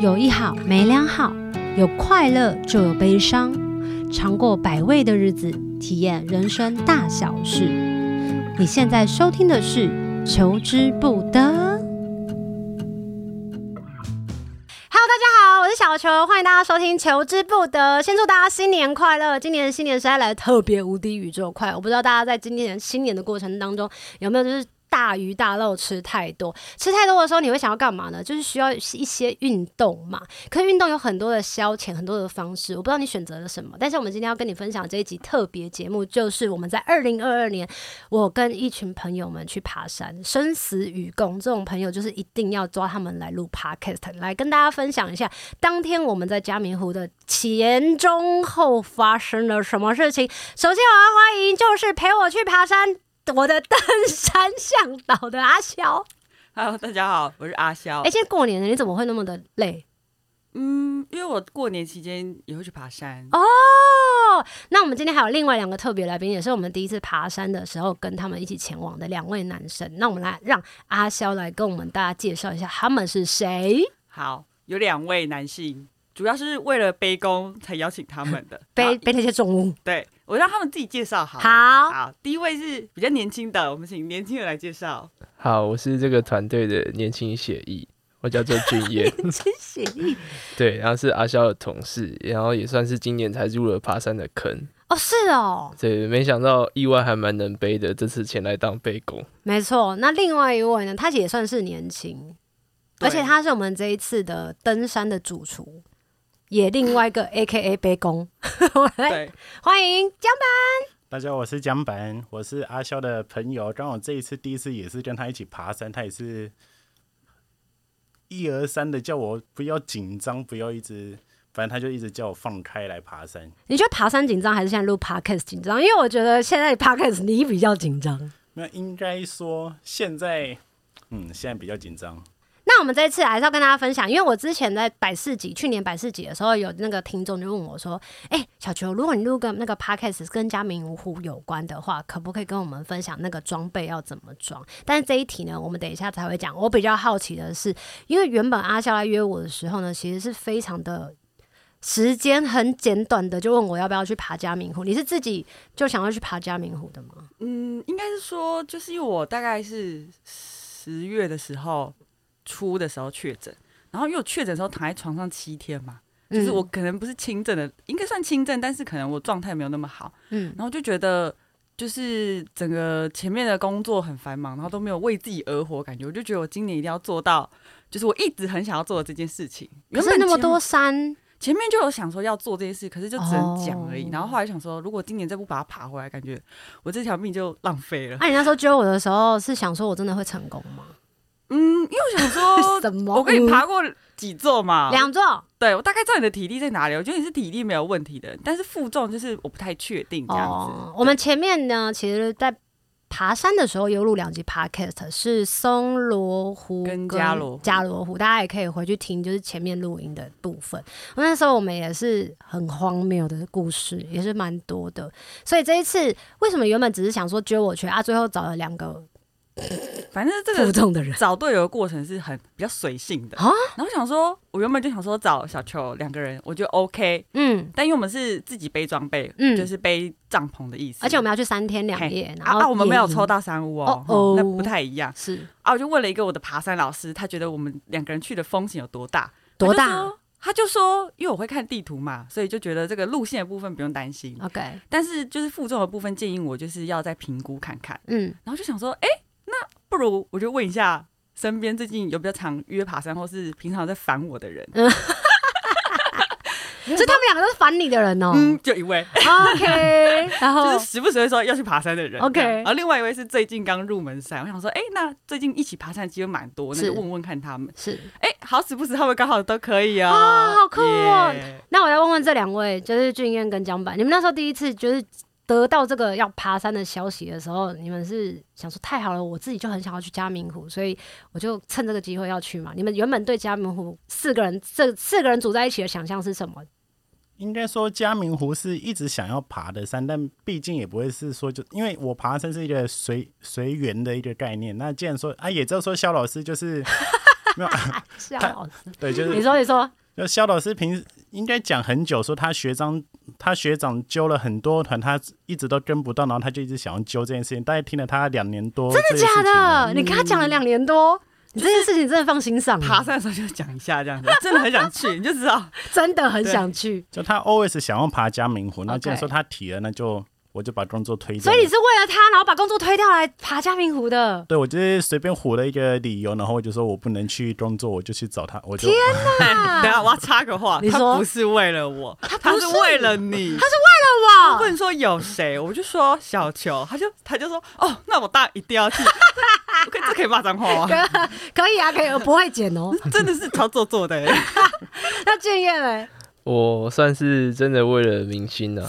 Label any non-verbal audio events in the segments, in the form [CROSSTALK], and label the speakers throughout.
Speaker 1: 有一好没两好，有快乐就有悲伤，尝过百味的日子，体验人生大小事。你现在收听的是《求之不得》。Hello，大家好，我是小球，欢迎大家收听《求之不得》。先祝大家新年快乐！今年的新年实在来得特别无敌宇宙快，我不知道大家在今年新年的过程当中有没有就是。大鱼大肉吃太多，吃太多的时候你会想要干嘛呢？就是需要一些运动嘛。可是运动有很多的消遣，很多的方式，我不知道你选择了什么。但是我们今天要跟你分享这一集特别节目，就是我们在二零二二年，我跟一群朋友们去爬山，生死与共。这种朋友就是一定要抓他们来录 podcast，来跟大家分享一下当天我们在嘉明湖的前中后发生了什么事情。首先我要欢迎就是陪我去爬山我的登山向导的阿肖。
Speaker 2: [LAUGHS] Hello，大家好，我是阿肖。
Speaker 1: 哎、现在过年了，你怎么会那么的累？
Speaker 2: 嗯，因为我过年期间也会去爬山。
Speaker 1: 哦，那我们今天还有另外两个特别来宾，也是我们第一次爬山的时候跟他们一起前往的两位男生。那我们来让阿肖来跟我们大家介绍一下他们是谁。
Speaker 2: 好，有两位男性，主要是为了背弓才邀请他们的。
Speaker 1: 背
Speaker 2: 好
Speaker 1: 背那些重物。
Speaker 2: 对，我让他们自己介绍好了。
Speaker 1: 好
Speaker 2: 好，第一位是比较年轻的，我们请年轻人来介绍。
Speaker 3: 好，我是这个团队的年轻血液，我叫做俊
Speaker 1: [LAUGHS]
Speaker 3: 彦，
Speaker 1: 真行。
Speaker 3: 对，然后是阿肖的同事，然后也算是今年才入了爬山的坑，
Speaker 1: 哦，是哦，
Speaker 3: 对，没想到意外还蛮能背的，这次前来当背弓，
Speaker 1: 没错。那另外一位呢，他也算是年轻，
Speaker 2: 对
Speaker 1: 而且他是我们这一次的登山的主厨，也另外一个 A K A 背公。我来
Speaker 2: 对，
Speaker 1: 欢迎江本。
Speaker 4: 大家好，我是江本，我是阿肖的朋友。刚好这一次第一次也是跟他一起爬山，他也是一而三的叫我不要紧张，不要一直，反正他就一直叫我放开来爬山。
Speaker 1: 你觉得爬山紧张还是现在录 podcast 紧张？因为我觉得现在 podcast 你比较紧张。
Speaker 4: 那应该说现在，嗯，现在比较紧张。
Speaker 1: 那我们这次还是要跟大家分享，因为我之前在百事集，去年百事集的时候，有那个听众就问我说：“哎、小球，如果你录个那个 podcast 跟嘉明湖有关的话，可不可以跟我们分享那个装备要怎么装？”但是这一题呢，我们等一下才会讲。我比较好奇的是，因为原本阿肖来约我的时候呢，其实是非常的。时间很简短的，就问我要不要去爬嘉明湖。你是自己就想要去爬嘉明湖的吗？
Speaker 2: 嗯，应该是说，就是因为我大概是十月的时候初的时候确诊，然后因为我确诊的时候躺在床上七天嘛，
Speaker 1: 嗯
Speaker 2: 就是我可能不是轻症的，应该算轻症，但是可能我状态没有那么好。
Speaker 1: 嗯，
Speaker 2: 然后就觉得就是整个前面的工作很繁忙，然后都没有为自己而活，感觉我就觉得我今年一定要做到，就是我一直很想要做的这件事情。
Speaker 1: 可
Speaker 2: 原
Speaker 1: 是
Speaker 2: 本
Speaker 1: 那么
Speaker 2: 前
Speaker 1: 多山，
Speaker 2: 前面就有想说要做这件事，可是就只能讲而已。
Speaker 1: 哦
Speaker 2: 然后后来想说，如果今年再不把它爬回来，感觉我这条命就浪费了。
Speaker 1: 啊那、你那时候揪我的时候是想说我真的会成功
Speaker 2: [LAUGHS]
Speaker 1: 吗？
Speaker 2: 嗯，因为我想 [LAUGHS] 说，
Speaker 1: 什么？
Speaker 2: 我跟你爬过几座
Speaker 1: 嗯
Speaker 2: 嘛，
Speaker 1: 两座
Speaker 2: 对我大概知道你的体力在哪里，我觉得你是体力没有问题的，但是负重就是我不太确定这样子。
Speaker 1: 哦。我们前面呢，其实，在爬山的时候有录两集 podcast，是松罗湖
Speaker 2: 跟加罗湖
Speaker 1: 加罗湖，大家也可以回去听，就是前面录音的部分。那时候我们也是很荒谬的故事，也是蛮多的。所以这一次，为什么原本只是想说揪我去啊，最后找了两个
Speaker 2: 反正这个
Speaker 1: 负重的 [LAUGHS] 人，
Speaker 2: 找队友的过程是很比较随性的
Speaker 1: 啊
Speaker 2: 然后想说，我原本就想说找小球两个人，我觉得 OK，
Speaker 1: 嗯，
Speaker 2: 但因为我们是自己背装备，
Speaker 1: 嗯
Speaker 2: 就是背帐篷的意思，
Speaker 1: 而且我们要去三天两
Speaker 2: 嘿
Speaker 1: 夜，然
Speaker 2: 啊
Speaker 1: 后
Speaker 2: 啊，我们没有
Speaker 1: 野营
Speaker 2: 抽到三屋哦，
Speaker 1: 哦哦
Speaker 2: 嗯那不太一样
Speaker 1: 是
Speaker 2: 啊。我就问了一个我的爬山老师，他觉得我们两个人去的风险有多大？
Speaker 1: 多
Speaker 2: 他就
Speaker 1: 大
Speaker 2: 说？他就说，因为我会看地图嘛，所以就觉得这个路线的部分不用担心，
Speaker 1: ？OK，
Speaker 2: 但是就是负重的部分建议我就是要再评估看看。
Speaker 1: 嗯，
Speaker 2: 然后就想说，哎、那不如我就问一下身边最近有比较常约爬山或是平常有在烦我的人，
Speaker 1: 嗯所以他们两个都是烦你的人哦。
Speaker 2: 嗯，就一位， [LAUGHS]
Speaker 1: OK，然后
Speaker 2: 就是时不时会说要去爬山的人
Speaker 1: 嗯 OK
Speaker 2: 这样然后另外一位是最近刚入门山，我想说，哎、那最近一起爬山的机会蛮多，那
Speaker 1: 是
Speaker 2: 就问问看他们，
Speaker 1: 是。
Speaker 2: 哎、好死不死他们刚好都可以哦，
Speaker 1: 啊好酷哦
Speaker 2: Yeah
Speaker 1: 那我要问问这两位，就是俊彦跟江板，你们那时候第一次就是得到这个要爬山的消息的时候，你们是想说太好了，我自己就很想要去嘉明湖，所以我就趁这个机会要去嘛。你们原本对嘉明湖四个人这四个人组在一起的想象是什么？
Speaker 4: 应该说嘉明湖是一直想要爬的山，但毕竟也不会是说就因为我爬山是一个随随缘的一个概念。那既然说啊，也知道说肖老师就是
Speaker 1: 笑死！
Speaker 4: 对，就是
Speaker 1: 哦你说，你说，
Speaker 4: 就肖老师平时应该讲很久，说他学长他学长揪了很多团，他一直都跟不到，然后他就一直想要揪这件事情。大家听了他两年多，真
Speaker 1: 真的假？的？你跟他讲了两年多，你这件事情真的放心上
Speaker 2: 爬
Speaker 1: 了，
Speaker 2: 山的时候就讲一下这样子，真的很想去，你就知道。
Speaker 1: 真的很想去。
Speaker 4: 就他 always 想要爬嘉明湖，那
Speaker 1: OK
Speaker 4: 既然说他提了，那就我就把工作推掉
Speaker 1: 所
Speaker 4: 了。
Speaker 1: 以你是为了他，然后把工作推掉来爬嘉明湖的？
Speaker 4: 对我就是随便唬了一个理由，然后我就说我不能去工作，我就去找他，我就
Speaker 1: 啊
Speaker 2: 等一下我要插个话，
Speaker 1: 你
Speaker 2: 他
Speaker 1: 说
Speaker 2: 不是为了我，啊他
Speaker 1: 不
Speaker 2: 是
Speaker 1: 是
Speaker 2: 为了你。
Speaker 1: 哇，
Speaker 2: 问说有谁，我就说小球，他就他就说哦，那我大一定要去。 [LAUGHS] 我可以这可以骂脏话 [LAUGHS] 吗？
Speaker 1: 可以啊，可以，我不会剪
Speaker 2: [LAUGHS]
Speaker 1: 哦。
Speaker 2: 真的是超做作的、欸，
Speaker 1: 那建业嘞，
Speaker 3: 我算是真的为了明星
Speaker 1: [LAUGHS]
Speaker 3: 啊。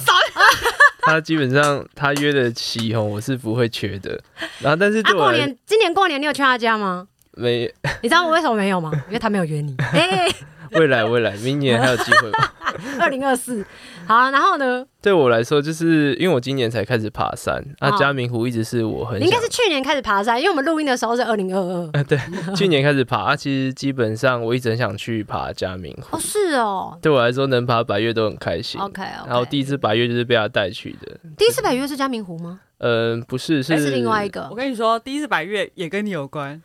Speaker 3: 他基本上他约的起哄我是不会缺的，然后但是
Speaker 1: 啊，
Speaker 3: 对我
Speaker 1: 过
Speaker 3: 来
Speaker 1: 年今年过年你有去他家吗？
Speaker 3: 没
Speaker 1: 你知道我为什么没有吗？因为他没有约你。哎、
Speaker 3: 未来未来明年还有机
Speaker 1: [LAUGHS]
Speaker 3: 会吧。
Speaker 1: 二零二四，好，然后呢？
Speaker 3: 对我来说，就是因为我今年才开始爬山，
Speaker 1: 哦
Speaker 3: 啊，嘉明湖一直是我很
Speaker 1: 你应该
Speaker 3: 想
Speaker 1: 是，去年开始爬山，因为我们录音的时候是二零二二。
Speaker 3: 呃，对，
Speaker 1: [LAUGHS]
Speaker 3: 去年开始爬，啊，其实基本上我一直很想去爬嘉明湖
Speaker 1: 哦，，是哦。
Speaker 3: 对我来说能爬百越都很开心。
Speaker 1: OK，,
Speaker 3: 然后第一次百越就是被他带去的，
Speaker 1: 第一次北约是嘉明湖吗？
Speaker 3: 嗯，不是，
Speaker 1: 还
Speaker 3: 是
Speaker 1: 是另外一
Speaker 3: 个，
Speaker 1: 个？
Speaker 2: 我
Speaker 1: 哦，
Speaker 2: 跟你说，第一次百月也跟你有关，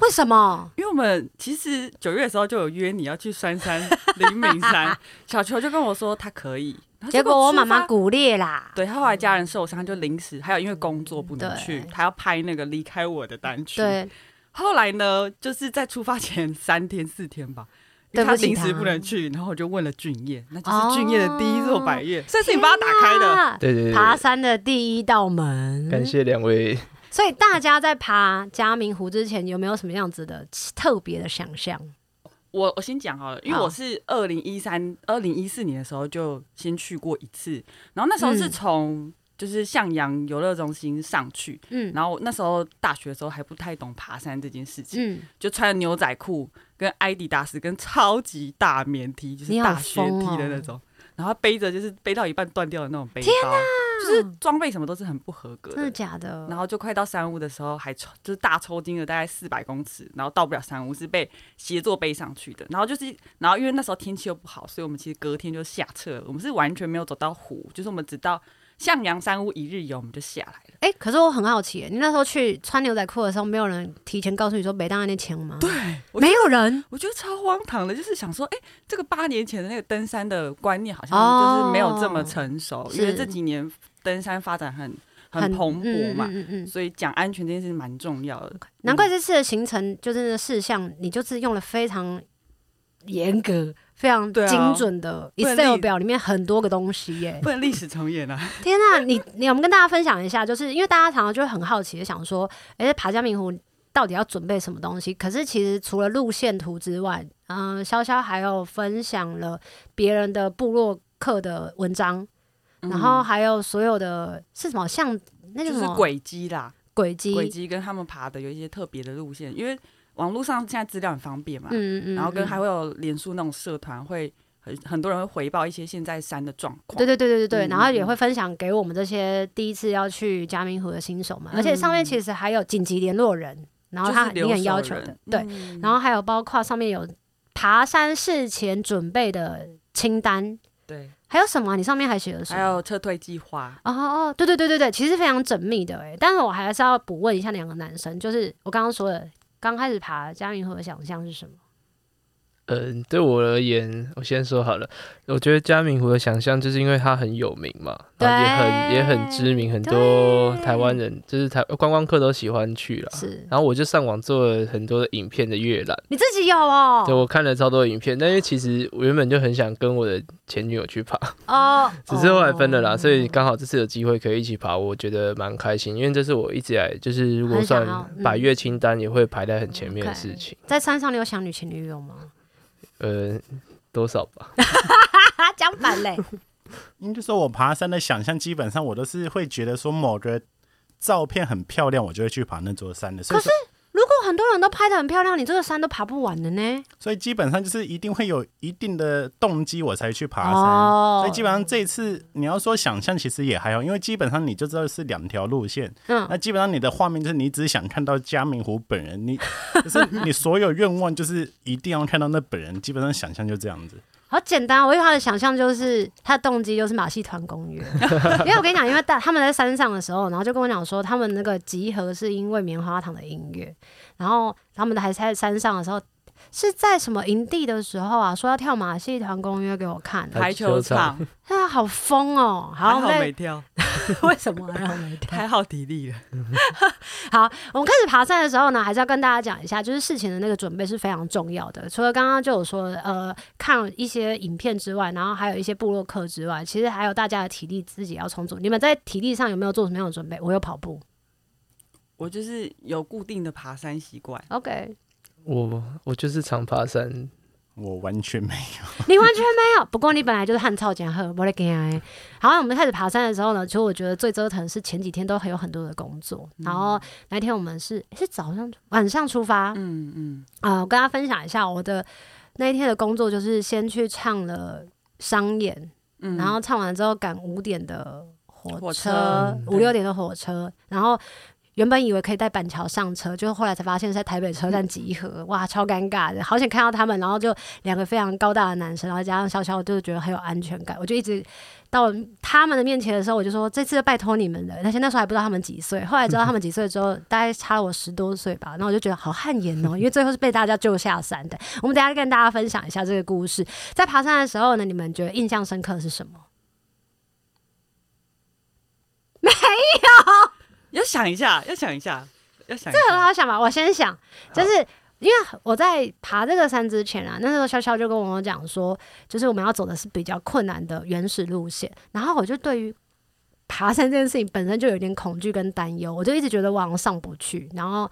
Speaker 1: 为什么？
Speaker 2: 因为我们其实九月的时候就有约你要去山山灵敏 [LAUGHS] 山，小球就跟我说他可以，然后
Speaker 1: 结果我妈妈
Speaker 2: 出发
Speaker 1: 骨裂啦。
Speaker 2: 对他后来家人受伤，就临时还有因为工作不能
Speaker 1: 对
Speaker 2: 去，他要拍那个离开我的单曲。，
Speaker 1: 对，
Speaker 2: 后来呢，就是在出发前三天四天吧，因
Speaker 1: 对不
Speaker 2: 为他
Speaker 1: 起
Speaker 2: 临
Speaker 1: 他哦
Speaker 2: 时不能去，然后我就问了俊业，那就是俊业的第一座百月，算是你帮他打开的。
Speaker 1: 的
Speaker 3: 对对对
Speaker 1: 爬
Speaker 3: 对，
Speaker 1: 山的第一道门。
Speaker 3: 感谢两位。
Speaker 1: 所以大家在爬嘉明湖之前，有没有什么样子的奇特别的想象？
Speaker 2: 我我先讲好了，因为
Speaker 1: 好
Speaker 2: 我是二零一三、二零一四年的时候就先去过一次，然后那时候是
Speaker 1: 嗯
Speaker 2: 从就是向阳游乐中心上去，
Speaker 1: 嗯
Speaker 2: 然后那时候大学的时候还不太懂爬山这件事情，
Speaker 1: 嗯，
Speaker 2: 就穿牛仔裤、跟艾迪达斯、跟超级大棉 T，就是
Speaker 1: 你好
Speaker 2: 大学
Speaker 1: 疯
Speaker 2: T 的
Speaker 1: 哦
Speaker 2: 那种，然后背着就是背到一半断掉的那种背包，就是装备什么都是很不合格
Speaker 1: 真的
Speaker 2: 的。
Speaker 1: 假的？
Speaker 2: 然后就快到山屋的时候，还抽就是大抽筋了大概四百公尺，然后到不了山屋，是被协作背上去的。然后就是，然后因为那时候天气又不好，所以我们其实隔天就下撤了，我们是完全没有走到湖，就是我们只到向阳山屋一日游，我们就下来了。
Speaker 1: 哎、可是我很好奇耶，你那时候去穿牛仔裤的时候，没有人提前告诉你说北大那枪吗？对，
Speaker 2: 我
Speaker 1: 没有人。
Speaker 2: 我觉得超荒唐的，就是想说，哎、这个八年前的那个登山的观念好像就是没有这么成熟，
Speaker 1: 哦是
Speaker 2: 因为这几年登山发展很很蓬勃嘛，
Speaker 1: 嗯嗯嗯嗯
Speaker 2: 所以讲安全这件事情蛮重要的。
Speaker 1: 难怪这次的行程就是那事项，你就是用了非常严格、非常
Speaker 2: 对啊
Speaker 1: 精准的
Speaker 2: 不然
Speaker 1: Excel
Speaker 2: 你
Speaker 1: 表里面很多个东西耶。
Speaker 2: 不能历史重演啊！
Speaker 1: 天啊，你你我们跟大家分享一下，就是因为大家常常就会很好奇，想说，哎、爬嘉明湖到底要准备什么东西？可是其实除了路线图之外，嗯、潇潇还有分享了别人的部落客的文章，然后还有所有的是什么像那个
Speaker 2: 就
Speaker 1: 什
Speaker 2: 是
Speaker 1: 么
Speaker 2: 轨迹啦，
Speaker 1: 轨迹，
Speaker 2: 轨迹跟他们爬的有一些特别的路线，因为网络上现在资料很方便嘛，
Speaker 1: 嗯嗯嗯，
Speaker 2: 然后跟
Speaker 1: 嗯
Speaker 2: 还会有脸书那种社团会很很多人会回报一些现在山的状况，
Speaker 1: 对对对对对对，
Speaker 2: 嗯
Speaker 1: 然后
Speaker 2: 嗯
Speaker 1: 也
Speaker 2: 嗯
Speaker 1: 会分享给我们这些第一次要去嘉明湖的新手们，而且上面其实还有紧急联络人，然后
Speaker 2: 就
Speaker 1: 他
Speaker 2: 是
Speaker 1: 你
Speaker 2: 留
Speaker 1: 很
Speaker 2: 守
Speaker 1: 要求
Speaker 2: 人
Speaker 1: 的，嗯对，
Speaker 2: 嗯
Speaker 1: 然后还有包括上面有爬山事前准备的清单，
Speaker 2: 对，
Speaker 1: 还有什么啊、你上面还写了什
Speaker 2: 还
Speaker 1: 么？
Speaker 2: 有撤退计划，
Speaker 1: 哦哦，对对对对对，其实非常缜密的哎，但是我还是要补问一下两个男生，就是我刚刚说的，刚开始爬嘉明湖的想象是什么？
Speaker 3: 嗯，对我而言，我先说好了，我觉得嘉明湖的想象就是因为它很有名嘛，然后也很也很
Speaker 1: 对
Speaker 3: 知名，很多
Speaker 1: 对
Speaker 3: 台湾人就是台观光客都喜欢去了。
Speaker 1: 是
Speaker 3: 然后我就上网做了很多的影片的阅览，
Speaker 1: 你自己有哦
Speaker 3: 对我看了超多影片，但因为其实我原本就很想跟我的前女友去爬，
Speaker 1: 哦，
Speaker 3: 只是后来分了啦，
Speaker 1: 哦
Speaker 3: 所以刚好这次有机会可以一起爬，我觉得蛮开心，因为这是我一直以来就是如果
Speaker 1: 很想
Speaker 3: 算
Speaker 1: 要嗯
Speaker 3: 百越清单也会排在很前面的
Speaker 1: OK
Speaker 3: 事情，
Speaker 1: 在山上你有想你前女友吗？
Speaker 3: 呃，多少吧。
Speaker 1: 啊，讲反嘞，
Speaker 4: 应该说我爬山的想象，基本上我都是会觉得说某个照片很漂亮，我就会去爬那座山的。所以说
Speaker 1: 如果很多人都拍的很漂亮，你这个山都爬不完的呢。
Speaker 4: 所以基本上就是一定会有一定的动机，我才去爬山。
Speaker 1: 哦
Speaker 4: 所以基本上这一次你要说想象，其实也还好，因为基本上你就知道是两条路线。
Speaker 1: 嗯
Speaker 4: 那基本上你的画面就是你只想看到嘉明湖本人，你 [LAUGHS] 就是你所有愿望就是一定要看到那本人，基本上想象就这样子。
Speaker 1: 好简单，我对他的想象就是他的动机就是马戏团公园，因为我跟你讲，因为大他们在山上的时候，然后就跟我讲说，他们那个集合是因为棉花糖的音乐，然后他们还在山上的时候。是在什么营地的时候啊？说要跳马戏团公约给我看，
Speaker 3: 排
Speaker 2: 排
Speaker 3: 球
Speaker 2: 球
Speaker 3: 场
Speaker 2: 场，
Speaker 1: 对啊，好疯哦！
Speaker 2: 还
Speaker 1: 好，我
Speaker 2: 好
Speaker 1: 们
Speaker 2: 没
Speaker 1: 再
Speaker 2: [LAUGHS] 跳，
Speaker 1: 为什么让我没跳？
Speaker 2: 太耗体力了。
Speaker 1: 好，我们开始爬山的时候呢，还是要跟大家讲一下，就是事情的那个准备是非常重要的。除了刚刚就有说，呃，看一些影片之外，然后还有一些部落客之外，其实还有大家的体力自己要充足。你们在体力上有没有做什么样的准备？我有跑步
Speaker 2: 我就是有固定的爬山习惯，
Speaker 1: ，OK，
Speaker 3: 我我就是常爬山，
Speaker 4: 我完全没有，
Speaker 1: 你完全没有。不过你本来就是汗臭加喝，我来给哎。好，我们开始爬山的时候呢，其实我觉得最折腾是前几天都还有很多的工作，然后那天我们是是早上晚上出发，
Speaker 2: 嗯嗯，
Speaker 1: 啊、我跟大家分享一下我的那一天的工作，就是先去唱了商演，
Speaker 2: 嗯
Speaker 1: 然后唱完之后赶五点的火
Speaker 2: 火
Speaker 1: 车
Speaker 2: 车，
Speaker 1: 五六点的火车，然后。原本以为可以在板桥上车，就是后来才发现是在台北车站集合，哇，超尴尬的。好想看到他们，然后就两个非常高大的男生，然后加上潇潇，就觉得很有安全感。我就一直到他们的面前的时候，我就说这次拜托你们了。而且那时候还不知道他们几岁，后来知道他们几岁之后，大概差了我十多岁吧。然后我就觉得好汗颜哦，因为最后是被大家救下山的。我们等一下跟大家分享一下这个故事。在爬山的时候呢，你们觉得印象深刻是什么？
Speaker 2: 要想一下，要想一下，要想一
Speaker 1: 很
Speaker 2: 下。
Speaker 1: 好想吧，我先想，就是因为我在爬这个山之前啊，那时候潇潇就跟我讲说，就是我们要走的是比较困难的原始路线，然后我就对于。爬山这件事情本身就有点恐惧跟担忧，我就一直觉得我好像上不去，然后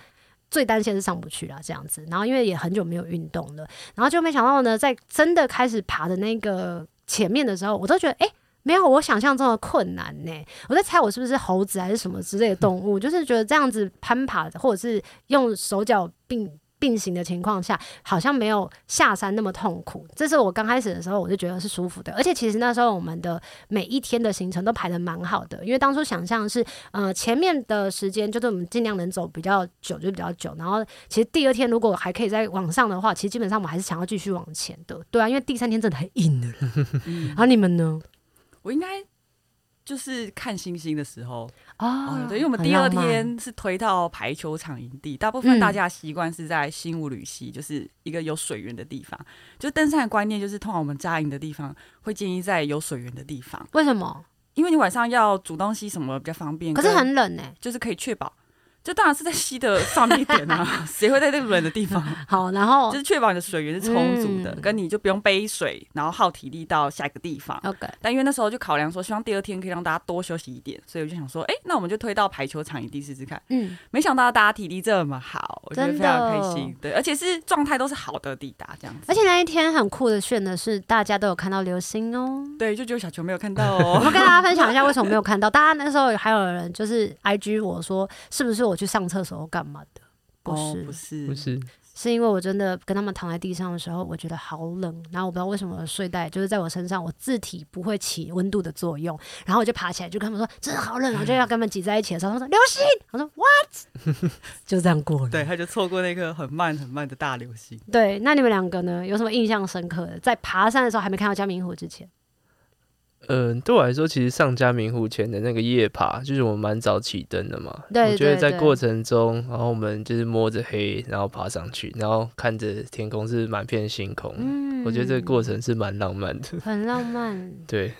Speaker 1: 最担心的是上不去啦这样子，然后因为也很久没有运动了，然后就没想到呢，在真的开始爬的那个前面的时候，我都觉得诶，没有我想象中的困难呢、我在猜我是不是猴子还是什么之类的动物，就是觉得这样子攀爬或者是用手脚并并行的情况下，好像没有下山那么痛苦。这是我刚开始的时候，我就觉得是舒服的。而且其实那时候我们的每一天的行程都排得蛮好的，因为当初想象是，呃，前面的时间就是我们尽量能走比较久就比较久，然后其实第二天如果还可以再往上的话，其实基本上我们还是想要继续往前的，对啊，因为第三天真的太硬了啦。
Speaker 2: 嗯
Speaker 1: [LAUGHS] 然后你们呢？
Speaker 2: 我应该就是看星星的时候，
Speaker 1: 哦
Speaker 2: 哦，对，因为我们
Speaker 1: 很
Speaker 2: 第二
Speaker 1: 浪漫
Speaker 2: 天是推到排球场营地，大部
Speaker 1: 嗯
Speaker 2: 分大家的习惯是在新屋旅溪，就是一个有水源的地方。就登山的观念就是，通常我们扎营的地方会建议在有水源的地方，
Speaker 1: 为什么？
Speaker 2: 因为你晚上要煮东西什么比较方便。
Speaker 1: 可是
Speaker 2: 跟
Speaker 1: 很冷哎、
Speaker 2: 就是可以确保，就当然是在溪的上面一点
Speaker 1: [LAUGHS]
Speaker 2: 啊，谁会在那个冷的地方？
Speaker 1: 好，然后
Speaker 2: 就是确保你的水源是充足的，
Speaker 1: 哦嗯
Speaker 2: 跟你就不用背水，然后耗体力到下一个地方。
Speaker 1: OK，
Speaker 2: 但因为那时候就考量说，希望第二天可以让大家多休息一点，所以我就想说，哎、那我们就推到排球场一地试试看。
Speaker 1: 嗯，
Speaker 2: 没想到大家体力这么好，我觉得
Speaker 1: 真
Speaker 2: 非
Speaker 1: 的
Speaker 2: 常开心。对，而且是状态都是好的抵达这样子。
Speaker 1: 而且那一天很酷的炫的是，大家都有看到流星哦。
Speaker 2: 对，就只有小球没有看到
Speaker 1: 我们
Speaker 2: 哦。
Speaker 1: 跟大家分享一下为什么没有看到。大家那时候还有人就是 IG 我说是不是我去上厕所干嘛的？不
Speaker 2: 哦
Speaker 1: 是，
Speaker 2: 不是，
Speaker 3: 不是
Speaker 1: 是因为我真的跟他们躺在地上的时候，我觉得好冷，然后我不知道为什么我的睡袋就是在我身上，我自体不会起温度的作用，然后我就爬起来就跟他们说真的好冷，然后就要跟他们挤在一起的时候，他们说流星，我说 what，就 [LAUGHS] 这样过了。
Speaker 2: 对，他就错过那个很慢很慢的大流星。
Speaker 1: 对，那你们两个呢，有什么印象深刻的？在爬山的时候还没看到嘉明湖之前，
Speaker 3: 嗯，对我来说，其实上嘉明湖前的那个夜爬，就是我们蛮早起灯的嘛。
Speaker 1: 对
Speaker 3: 我觉得
Speaker 1: 对
Speaker 3: 在
Speaker 1: 对
Speaker 3: 过程中，然后我们就是摸着黑，然后爬上去，然后看着天空是满片星空。
Speaker 1: 嗯
Speaker 3: 我觉得这个过程是蛮浪漫的。
Speaker 1: 很浪漫。
Speaker 3: 对，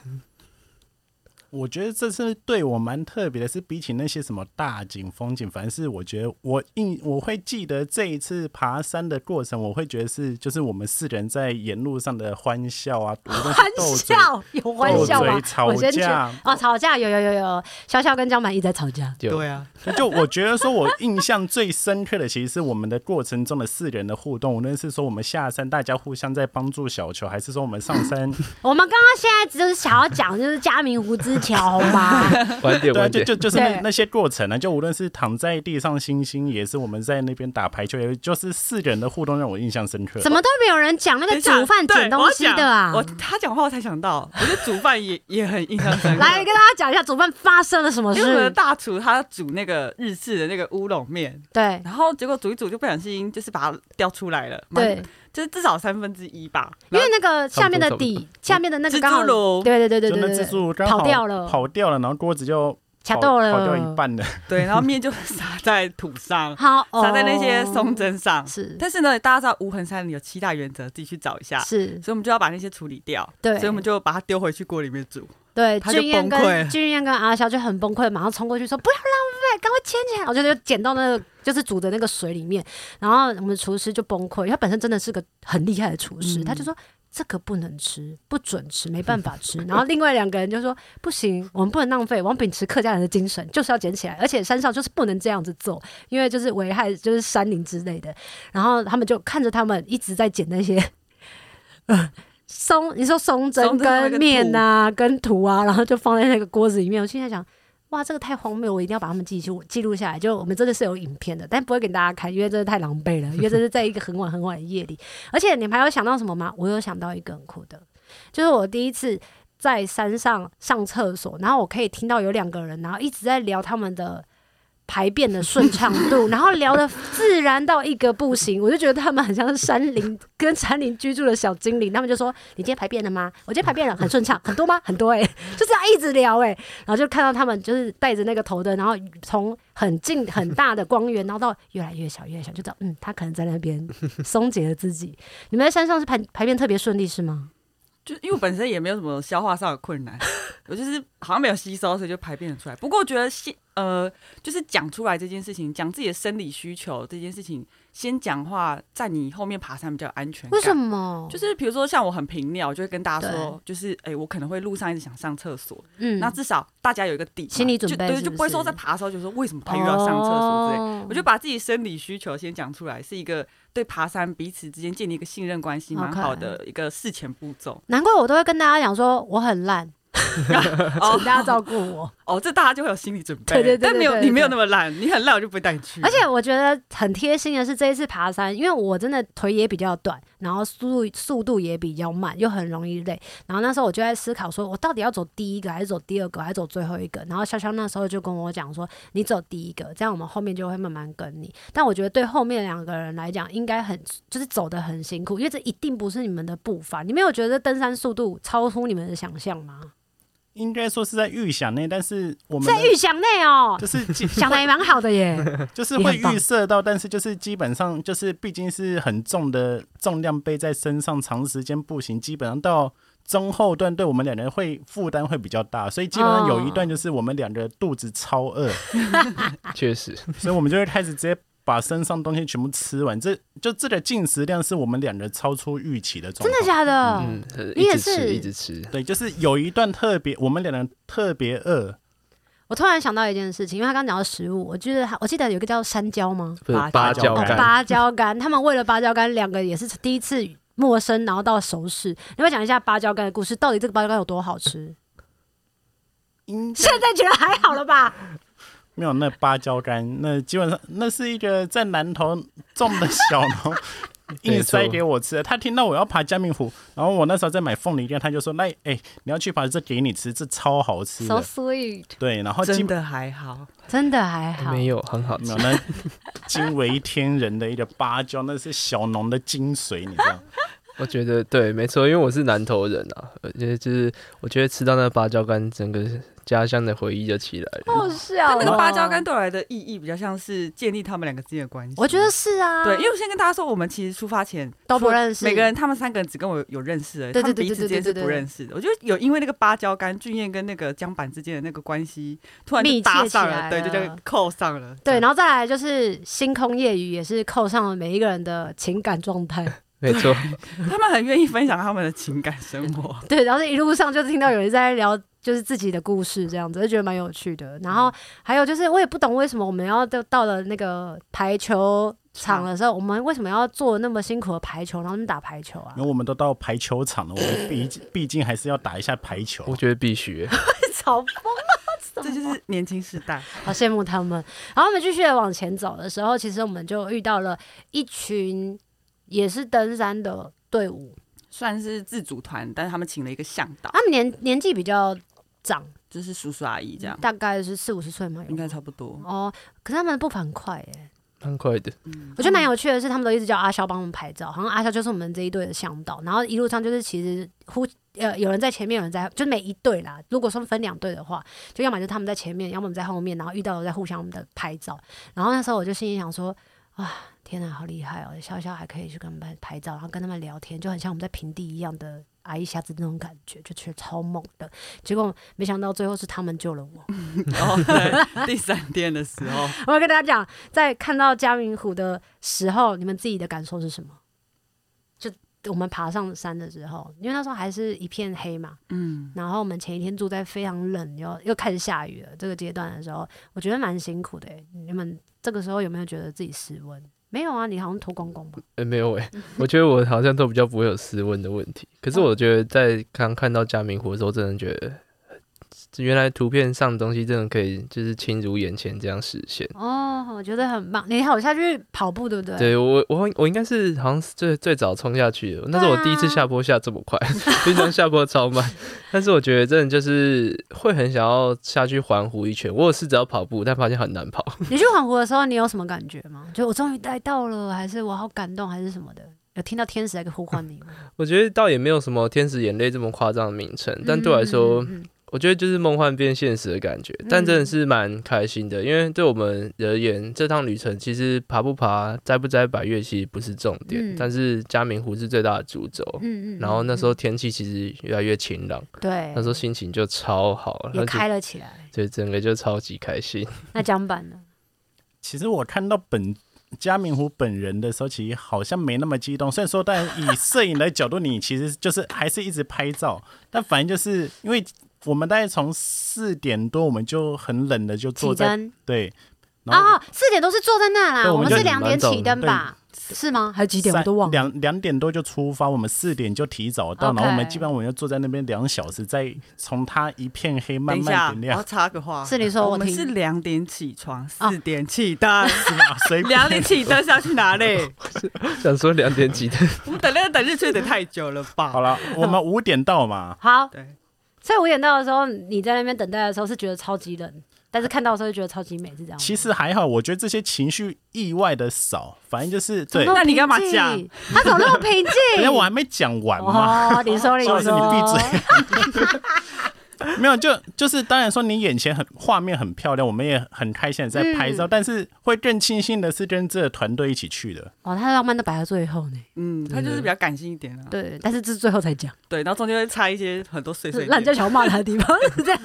Speaker 4: 我觉得这次对我蛮特别的，是比起那些什么大景风景，反正是我觉得我印我会记得这一次爬山的过程，我会觉得是就是我们四人在沿路上的欢笑啊，无论是
Speaker 1: 欢
Speaker 4: [LAUGHS] 斗嘴
Speaker 1: 笑有欢笑
Speaker 4: 斗
Speaker 1: 吗
Speaker 4: 嘴？吵
Speaker 1: 我先觉
Speaker 4: 架
Speaker 1: 得，哦，吵架有有有有，潇潇跟江满一直在吵架。
Speaker 3: 有
Speaker 2: 啊，
Speaker 4: 就我觉得说，我印象最深刻的其实是我们的过程中的四人的互动，无论是说我们下山大家互相在帮助小球，还是说我们上山
Speaker 1: 我们刚刚现在就是想要讲，就是嘉明湖之巧好吗？
Speaker 3: 晚点
Speaker 4: [LAUGHS] 对啊，
Speaker 3: 晚
Speaker 4: 就
Speaker 3: 点，
Speaker 4: 就就是那
Speaker 1: 对
Speaker 4: 那些过程呢、啊就无论是躺在地上星星，也是我们在那边打排球，也就是四人的互动让我印象深刻。
Speaker 1: 怎么都没有人讲那
Speaker 2: 等
Speaker 1: 个
Speaker 2: 一下
Speaker 1: 煮饭
Speaker 2: 对
Speaker 1: 捡东西的啊
Speaker 2: 我！要讲我他讲话我才想到，我觉得煮饭也也很印象深刻。
Speaker 1: 来跟大家讲一下煮饭发生了什么
Speaker 2: 因为我们的
Speaker 1: 事。
Speaker 2: 大厨他煮那个日式的那个乌龙面，
Speaker 1: 对
Speaker 2: 然后结果煮一煮就不小心就是把它掉出来了，蛮
Speaker 1: 对，，
Speaker 2: 就是至少三分之一吧。
Speaker 1: 因
Speaker 2: 然
Speaker 1: 为
Speaker 2: 后
Speaker 1: 那个下面的
Speaker 3: 差不多差
Speaker 1: 底，下面的那个
Speaker 2: 蜘
Speaker 1: 刚好
Speaker 2: 蛛，笼
Speaker 1: 对对对对
Speaker 4: 就
Speaker 1: 对
Speaker 4: 那
Speaker 1: 对对，
Speaker 4: 蜘蛛刚好
Speaker 1: 跑掉了
Speaker 4: 跑掉了，然后锅子就
Speaker 1: 卡
Speaker 4: 跑
Speaker 1: 到了，
Speaker 4: 跑掉一半了。
Speaker 2: 对，然后面就撒在土上，
Speaker 1: 好，
Speaker 2: 撒在那些
Speaker 1: 哦
Speaker 2: 松针上。
Speaker 1: 是
Speaker 2: 但是呢，大家知道无痕山里有七大原则，自己去找一下。
Speaker 1: 是，
Speaker 2: 所以我们就要把那些处理掉，
Speaker 1: 对
Speaker 2: 所以我们就把它丢回去锅里面煮。
Speaker 1: 对，
Speaker 2: 他就
Speaker 1: 俊彦
Speaker 2: 崩溃
Speaker 1: 跟
Speaker 2: 了
Speaker 1: 俊彦跟阿潇就很崩溃，马上冲过去说不要浪费，赶快捡起来。我觉得就捡到那个就是煮的那个水里面，然后我们厨师就崩溃，他本身真的是个很厉害的厨师，
Speaker 2: 嗯
Speaker 1: 他就说。这个不能吃，不准吃，没办法吃。然后另外两个人就说：“不行，我们不能浪费，我们秉持客家人的精神，就是要捡起来。而且山上就是不能这样子做，因为就是危害就是山林之类的。”然后他们就看着他们一直在捡那些，呃，松，你说松针
Speaker 2: 松针那
Speaker 1: 跟
Speaker 2: 个
Speaker 1: 面啊，跟土啊，然后就放在那个锅子里面。我现在想，哇，这个太荒谬了，我一定要把他们记录记录下来。就我们真的是有影片的，但不会给大家看，因为真的太狼狈了，因为这是在一个很晚很晚的夜里。而且你们还有想到什么吗？我有想到一个很酷的，就是我第一次。在山上上厕所，然后我可以听到有两个人，然后一直在聊他们的排便的顺畅度，然后聊的自然到一个不行，我就觉得他们很像是山林跟山林居住的小精灵。他们就说：“你今天排便了吗？我今天排便了，很顺畅，很多吗？很多哎、欸，就是要一直聊哎、欸。”然后就看到他们就是带着那个头灯，然后从很近很大的光源，然后到越来越小越来越小，就知道嗯，他可能在那边松解了自己。你们在山上是排排便特别顺利是吗？
Speaker 2: 就因为我本身也没有什么消化上的困难，我就是好像没有吸收，所以就排便得出来。不过我觉得先呃，就是讲出来这件事情，讲自己的生理需求这件事情，先讲话，在你后面爬山比较有安全感。
Speaker 1: 为什？么？
Speaker 2: 就是比如说像我很频尿，我就会跟大家说
Speaker 1: 对，
Speaker 2: 就是哎、我可能会路上一直想上厕所，
Speaker 1: 嗯
Speaker 2: 那至少大家有一个底嘛，
Speaker 1: 心理准备
Speaker 2: 就对，
Speaker 1: 是不
Speaker 2: 就不会说
Speaker 1: 是
Speaker 2: 在爬的时候就说为什么他又要上厕所之类。
Speaker 1: 哦
Speaker 2: 我就把自己生理需求先讲出来，是一个对爬山彼此之间建立一个信任关系蛮
Speaker 1: OK
Speaker 2: 好的一个事前步骤。
Speaker 1: 难怪我都会跟大家讲说我很
Speaker 2: [LAUGHS]
Speaker 1: 烂，
Speaker 2: 哦
Speaker 1: 请大家照顾我。
Speaker 2: 哦，这大家就会有心理准备。
Speaker 1: 对对对对
Speaker 2: 但没有
Speaker 1: 对
Speaker 2: 你没有
Speaker 1: 对
Speaker 2: 那么烂，你很烂我就不会带你去。
Speaker 1: 而且我觉得很贴心的是，这一次爬山，因为我真的腿也比较短，然后速度速度也比较慢，又很容易累。然后那时候我就在思考，说我到底要走第一个，还是走第二个，还是走最后一个？然后潇潇那时候就跟我讲说，你走第一个，这样我们后面就会慢慢跟你。但我觉得对后面两个人来讲，应该很就是走得很辛苦，因为这一定不是你们的步伐。你没有觉得登山速度超乎你们的想象吗？
Speaker 4: 应该说是在预想内，但是我们
Speaker 1: 在
Speaker 4: 的
Speaker 1: 预想内哦，
Speaker 4: 就是基
Speaker 1: 想的也蛮好的耶。
Speaker 4: [LAUGHS] 就是
Speaker 1: 你
Speaker 4: 会
Speaker 1: 很棒
Speaker 4: 预设到，但是就是基本上就是毕竟是很重的重量背在身上，长时间步行，基本上到中后段对我们两人会负担会比较大，所以基本上有一
Speaker 1: 哦
Speaker 4: 段就是我们两个肚子超饿，
Speaker 3: 确实，
Speaker 4: 所以我们就会开始直接把身上东西全部吃完，这就这个进食量是我们两个超出预期的状
Speaker 1: 真的
Speaker 4: 况。
Speaker 1: 假的？
Speaker 3: 嗯，
Speaker 1: 哦你
Speaker 3: 一
Speaker 1: 也
Speaker 3: 直吃
Speaker 1: 是
Speaker 3: 一直吃，
Speaker 4: 对，就是有一段特别，我们两人特别饿，
Speaker 1: 我突然想到一件事情，因为他刚刚讲到食物，我记得他我记得有一个叫山椒吗？
Speaker 3: 不是
Speaker 2: 芭
Speaker 3: 芭
Speaker 4: 蕉
Speaker 3: 蕉
Speaker 1: 哦
Speaker 4: 干，
Speaker 3: 干，
Speaker 1: 芭蕉干，他们为了芭蕉干，两个也是第一次陌生，然后到熟识。你要不要讲一下芭蕉干的故事，到底这个芭蕉干有多好吃？
Speaker 4: 应
Speaker 1: 现在觉得还好了吧？
Speaker 4: 没有那芭蕉干，那基本上那是一个在南头种的小农硬塞给我吃的。他听到我要爬嘉明湖，然后我那时候在买凤梨干，他就说：“那哎、你要去爬这给你吃，这超好吃
Speaker 1: So
Speaker 4: 的。
Speaker 1: sweet，”
Speaker 4: 对，然后
Speaker 2: 真
Speaker 4: 惊
Speaker 2: 的还好，
Speaker 1: 真的还好。
Speaker 3: 没有很
Speaker 1: [LAUGHS]
Speaker 3: 好
Speaker 4: 没
Speaker 3: 吃
Speaker 4: 有，那惊为天人的一个芭蕉，那是小农的精髓，你知道？
Speaker 3: 我觉得对，没错，因为我是南投人啊，而且就是我觉得吃到那个芭蕉干，整个家乡的回忆就起来了。
Speaker 1: 好笑
Speaker 2: 但
Speaker 1: 哦
Speaker 2: 那个芭蕉干，对我来的意义比较像是建立他们两个之间的关系。
Speaker 1: 我觉得是啊，
Speaker 2: 对，因为我先跟大家说，我们其实出发前
Speaker 1: 都不
Speaker 2: 除了
Speaker 1: 认识
Speaker 2: 每个人他们三个人只跟我有认识而已，
Speaker 1: 对
Speaker 2: 他
Speaker 1: 对
Speaker 2: 们
Speaker 1: 对
Speaker 2: 彼此之间
Speaker 1: 对对
Speaker 2: 是
Speaker 1: 对对
Speaker 2: 不认识的。我觉得有因为那个芭蕉干，俊彦跟那个江板之间的那个关系突然
Speaker 1: 密
Speaker 2: 就
Speaker 1: 切
Speaker 2: 搭
Speaker 1: 起
Speaker 2: 上
Speaker 1: 来
Speaker 2: 了，对，就
Speaker 1: 了
Speaker 2: 这个扣上了。
Speaker 1: 对，
Speaker 2: 这样
Speaker 1: 然后再来就是星空夜雨，也是扣上了每一个人的情感状态。
Speaker 3: 没错，
Speaker 2: 他们很愿意分享他们的情感生
Speaker 1: [LAUGHS]
Speaker 2: 活。
Speaker 1: 对，然后一路上就是听到有人在聊，就是自己的故事这样子，就觉得蛮有趣的。然
Speaker 2: 嗯
Speaker 1: 后还有就是，我也不懂为什么我们要到到了那个排球场的时候，我们为什么要做那么辛苦的排球，然后那么打排球啊
Speaker 2: [LAUGHS]
Speaker 4: 因？为我们都到排球场了，我们毕毕竟还是要打一下排球。
Speaker 3: 我觉得必须。
Speaker 1: 超疯，
Speaker 2: 这就是年轻时代，
Speaker 1: 好羡慕他们。然后我们继续地往前走的时候，其实我们就遇到了一群也是登山的队伍，
Speaker 2: 算是自主团，但是他们请了一个向导，
Speaker 1: 他们年年纪比较长，
Speaker 2: 就是叔叔阿姨这样，
Speaker 1: 大概是四五十岁嘛，有
Speaker 2: 应该差不多。
Speaker 1: 哦，可是他们的步伐很快耶、
Speaker 3: 蛮快的，
Speaker 1: 我觉得蛮有趣的是，他们都一直叫阿肖帮我们拍照，好像阿肖就是我们这一队的向导。然后一路上就是其实呼呃有人在前面，有人在，就是每一队啦。如果说分两队的话，就要么就是他们在前面，要么我们在后面，然后遇到了在互相的拍照。然后那时候我就心里想说，哇，天哪，好厉害哦！肖肖还可以去跟他们拍拍照，然后跟他们聊天，就很像我们在平地一样的。阿一下子那种感觉，就觉得超猛的。结果没想到最后是他们救了我。
Speaker 2: 然后哦 [LAUGHS] 对第三天的时候，
Speaker 1: 我要跟大家讲，在看到嘉明湖的时候，你们自己的感受是什么？就我们爬上山的时候，因为那时候还是一片黑嘛，
Speaker 2: 嗯，
Speaker 1: 然后我们前一天住在非常冷，又又开始下雨了这个阶段的时候，我觉得蛮辛苦的欸、你们这个时候有没有觉得自己失温？没有啊，你好像脱光光吧？
Speaker 3: 呃，没有诶、我觉得我好像都比较不会有失温的问题。可是我觉得在刚看到嘉明湖的时候，真的觉得原来图片上的东西真的可以就是轻如眼前这样实现。
Speaker 1: 哦，我觉得很棒。你好下去跑步，对不对？
Speaker 3: 嗯对我，我我应该是好像是最最早冲下去的，那是我第一
Speaker 1: 啊
Speaker 3: 次下坡下这么快， [LAUGHS] 平常下坡超慢。 [LAUGHS] 但是我觉得真的就是会很想要下去环湖一圈。我有试着要跑步，但发现很难跑。 [LAUGHS]
Speaker 1: 你去环湖的时候，你有什么感觉吗？就我终于来到了，还是我好感动，还是什么的？有听到天使在呼唤你吗？
Speaker 3: 我觉得倒也没有什么天使眼泪这么夸张的名称，但对我来说，
Speaker 1: 嗯嗯嗯嗯
Speaker 3: 我觉得就是梦幻变现实的感觉，但真的是蛮开心的，因为对我们而言，这趟旅程其实爬不爬、摘不摘百越其实不是重点，
Speaker 1: 嗯
Speaker 3: 但是嘉明湖是最大的主轴。
Speaker 1: 嗯嗯，
Speaker 3: [LAUGHS] 然后那时
Speaker 1: 嗯
Speaker 3: 候天气其实越来越晴朗，
Speaker 1: 嗯对，
Speaker 3: 那时候心情就超好，
Speaker 1: 也
Speaker 3: 然后
Speaker 1: 开了起来。
Speaker 3: 就对整个就超级开心。 [LAUGHS]
Speaker 1: 那江板呢？
Speaker 4: 其实我看到本嘉明湖本人的时候，其实好像没那么激动。虽然说，但以摄影的角度，你其实就是还是一直拍照，但反正就是因为我们大概从四点多，我们就很冷的就坐
Speaker 1: 起
Speaker 4: 在
Speaker 1: 灯
Speaker 4: 对，然后
Speaker 1: 啊，哦四点都是坐在那啦，
Speaker 3: 对我
Speaker 1: 我们
Speaker 3: 们就是
Speaker 1: 两点
Speaker 3: 蛮早的
Speaker 1: 起灯吧？是吗？还是几点？我
Speaker 4: 三
Speaker 1: 都忘了。
Speaker 4: 两两点多就出发，我们四点就提早到，然后我们
Speaker 1: OK
Speaker 4: 基本上我们就坐在那边两小时，再从它一片黑慢
Speaker 2: 等一
Speaker 4: 慢
Speaker 2: 下，哦
Speaker 4: 点
Speaker 2: 我
Speaker 4: 亮 [LAUGHS]
Speaker 2: 要，插个话，哦
Speaker 1: 是你说
Speaker 2: 我们
Speaker 1: 听
Speaker 2: 是两点起床，四点起灯，
Speaker 4: 是吧？随便
Speaker 2: [LAUGHS] 两点起灯是要去哪里？
Speaker 3: 想说两点几的，
Speaker 2: 我们等那个等日出也等太久了
Speaker 4: 好
Speaker 2: 吧？
Speaker 4: 了，我们五点到嘛，
Speaker 1: 好，
Speaker 2: 对，
Speaker 1: 所以五点到的时候，你在那边等待的时候是觉得超级冷，但是看到的时候就觉得超级美，是这样吗。
Speaker 4: 其实还好，我觉得这些情绪意外的少，反正就是
Speaker 1: 怎
Speaker 4: 对。
Speaker 1: 么
Speaker 4: 等
Speaker 1: 么
Speaker 2: 那你干嘛
Speaker 1: 平静
Speaker 2: 讲？
Speaker 1: 他怎么那么平
Speaker 4: 一下我
Speaker 1: 静？
Speaker 4: 还没讲完 [LAUGHS] 嘛，
Speaker 1: 哦，你说你
Speaker 4: 肖
Speaker 1: 说，
Speaker 4: 老师你 [LAUGHS] 没有就就是当然说你眼前很画面很漂亮，我们也很开心地在拍
Speaker 1: 嗯
Speaker 4: 照，但是会更庆幸的是跟这个团队一起去的。
Speaker 1: 哦，他浪漫都摆到最后呢。
Speaker 2: 嗯，他就是比较感性一点啊。
Speaker 1: 对，但是这是最后才讲，
Speaker 2: 对，然后中间会插一些很多碎碎
Speaker 1: 让人家
Speaker 2: 念。
Speaker 1: 想要骂他的地方是这样。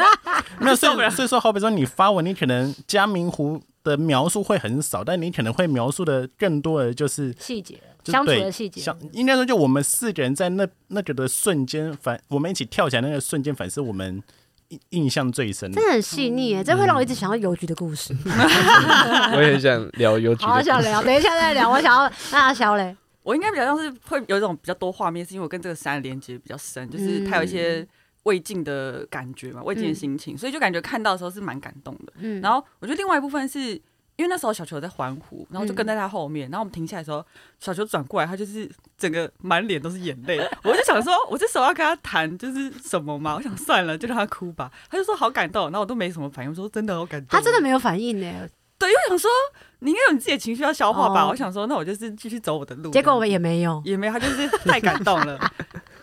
Speaker 4: 没有，
Speaker 1: [LAUGHS]
Speaker 4: 所
Speaker 2: 受
Speaker 1: 啊
Speaker 2: 不了
Speaker 4: 以所以说，好比说你发文，你可能加明湖的描述会很少，但你可能会描述的更多的就是
Speaker 1: 细节，
Speaker 4: 就
Speaker 1: 相处
Speaker 4: 对
Speaker 1: 的细节，
Speaker 4: 像应该说，就我们四个人在那那个的瞬间反，我们一起跳起来那个瞬间反是我们印印象最深的
Speaker 1: 真。的很细腻耶，这会让我一直想到邮局的故事。
Speaker 3: 我也很想聊邮局
Speaker 1: 好
Speaker 3: 的。
Speaker 1: 想聊，等一下再聊。我想要那阿肖嘞，
Speaker 2: 我应该比较像是会有一种比较多画面，是因为我跟这个山的连接比较深，就是它有一些未尽的感觉嘛，未尽的心情，所以就感觉看到的时候是蛮感动的。
Speaker 1: 嗯，
Speaker 2: 然后我觉得另外一部分是因为那时候小球在环湖，然后就跟
Speaker 1: 嗯
Speaker 2: 在他后面，然后我们停下来的时候，小球转过来，他就是整个满脸都是眼泪。我就想说，我这时候要跟他谈就是什么嘛？我想算了，就让他哭吧。他就说好感动，然后我都没什么反应，我说真的好感动。
Speaker 1: 他真的没有反应呢，
Speaker 2: 对，因为我想说你应该有你自己的情绪要消化吧。
Speaker 1: 哦
Speaker 2: 我想说，那我就是继续走我的路。
Speaker 1: 结果我们也没有。
Speaker 2: 也没有，他就是太感动
Speaker 1: [LAUGHS]
Speaker 2: 了。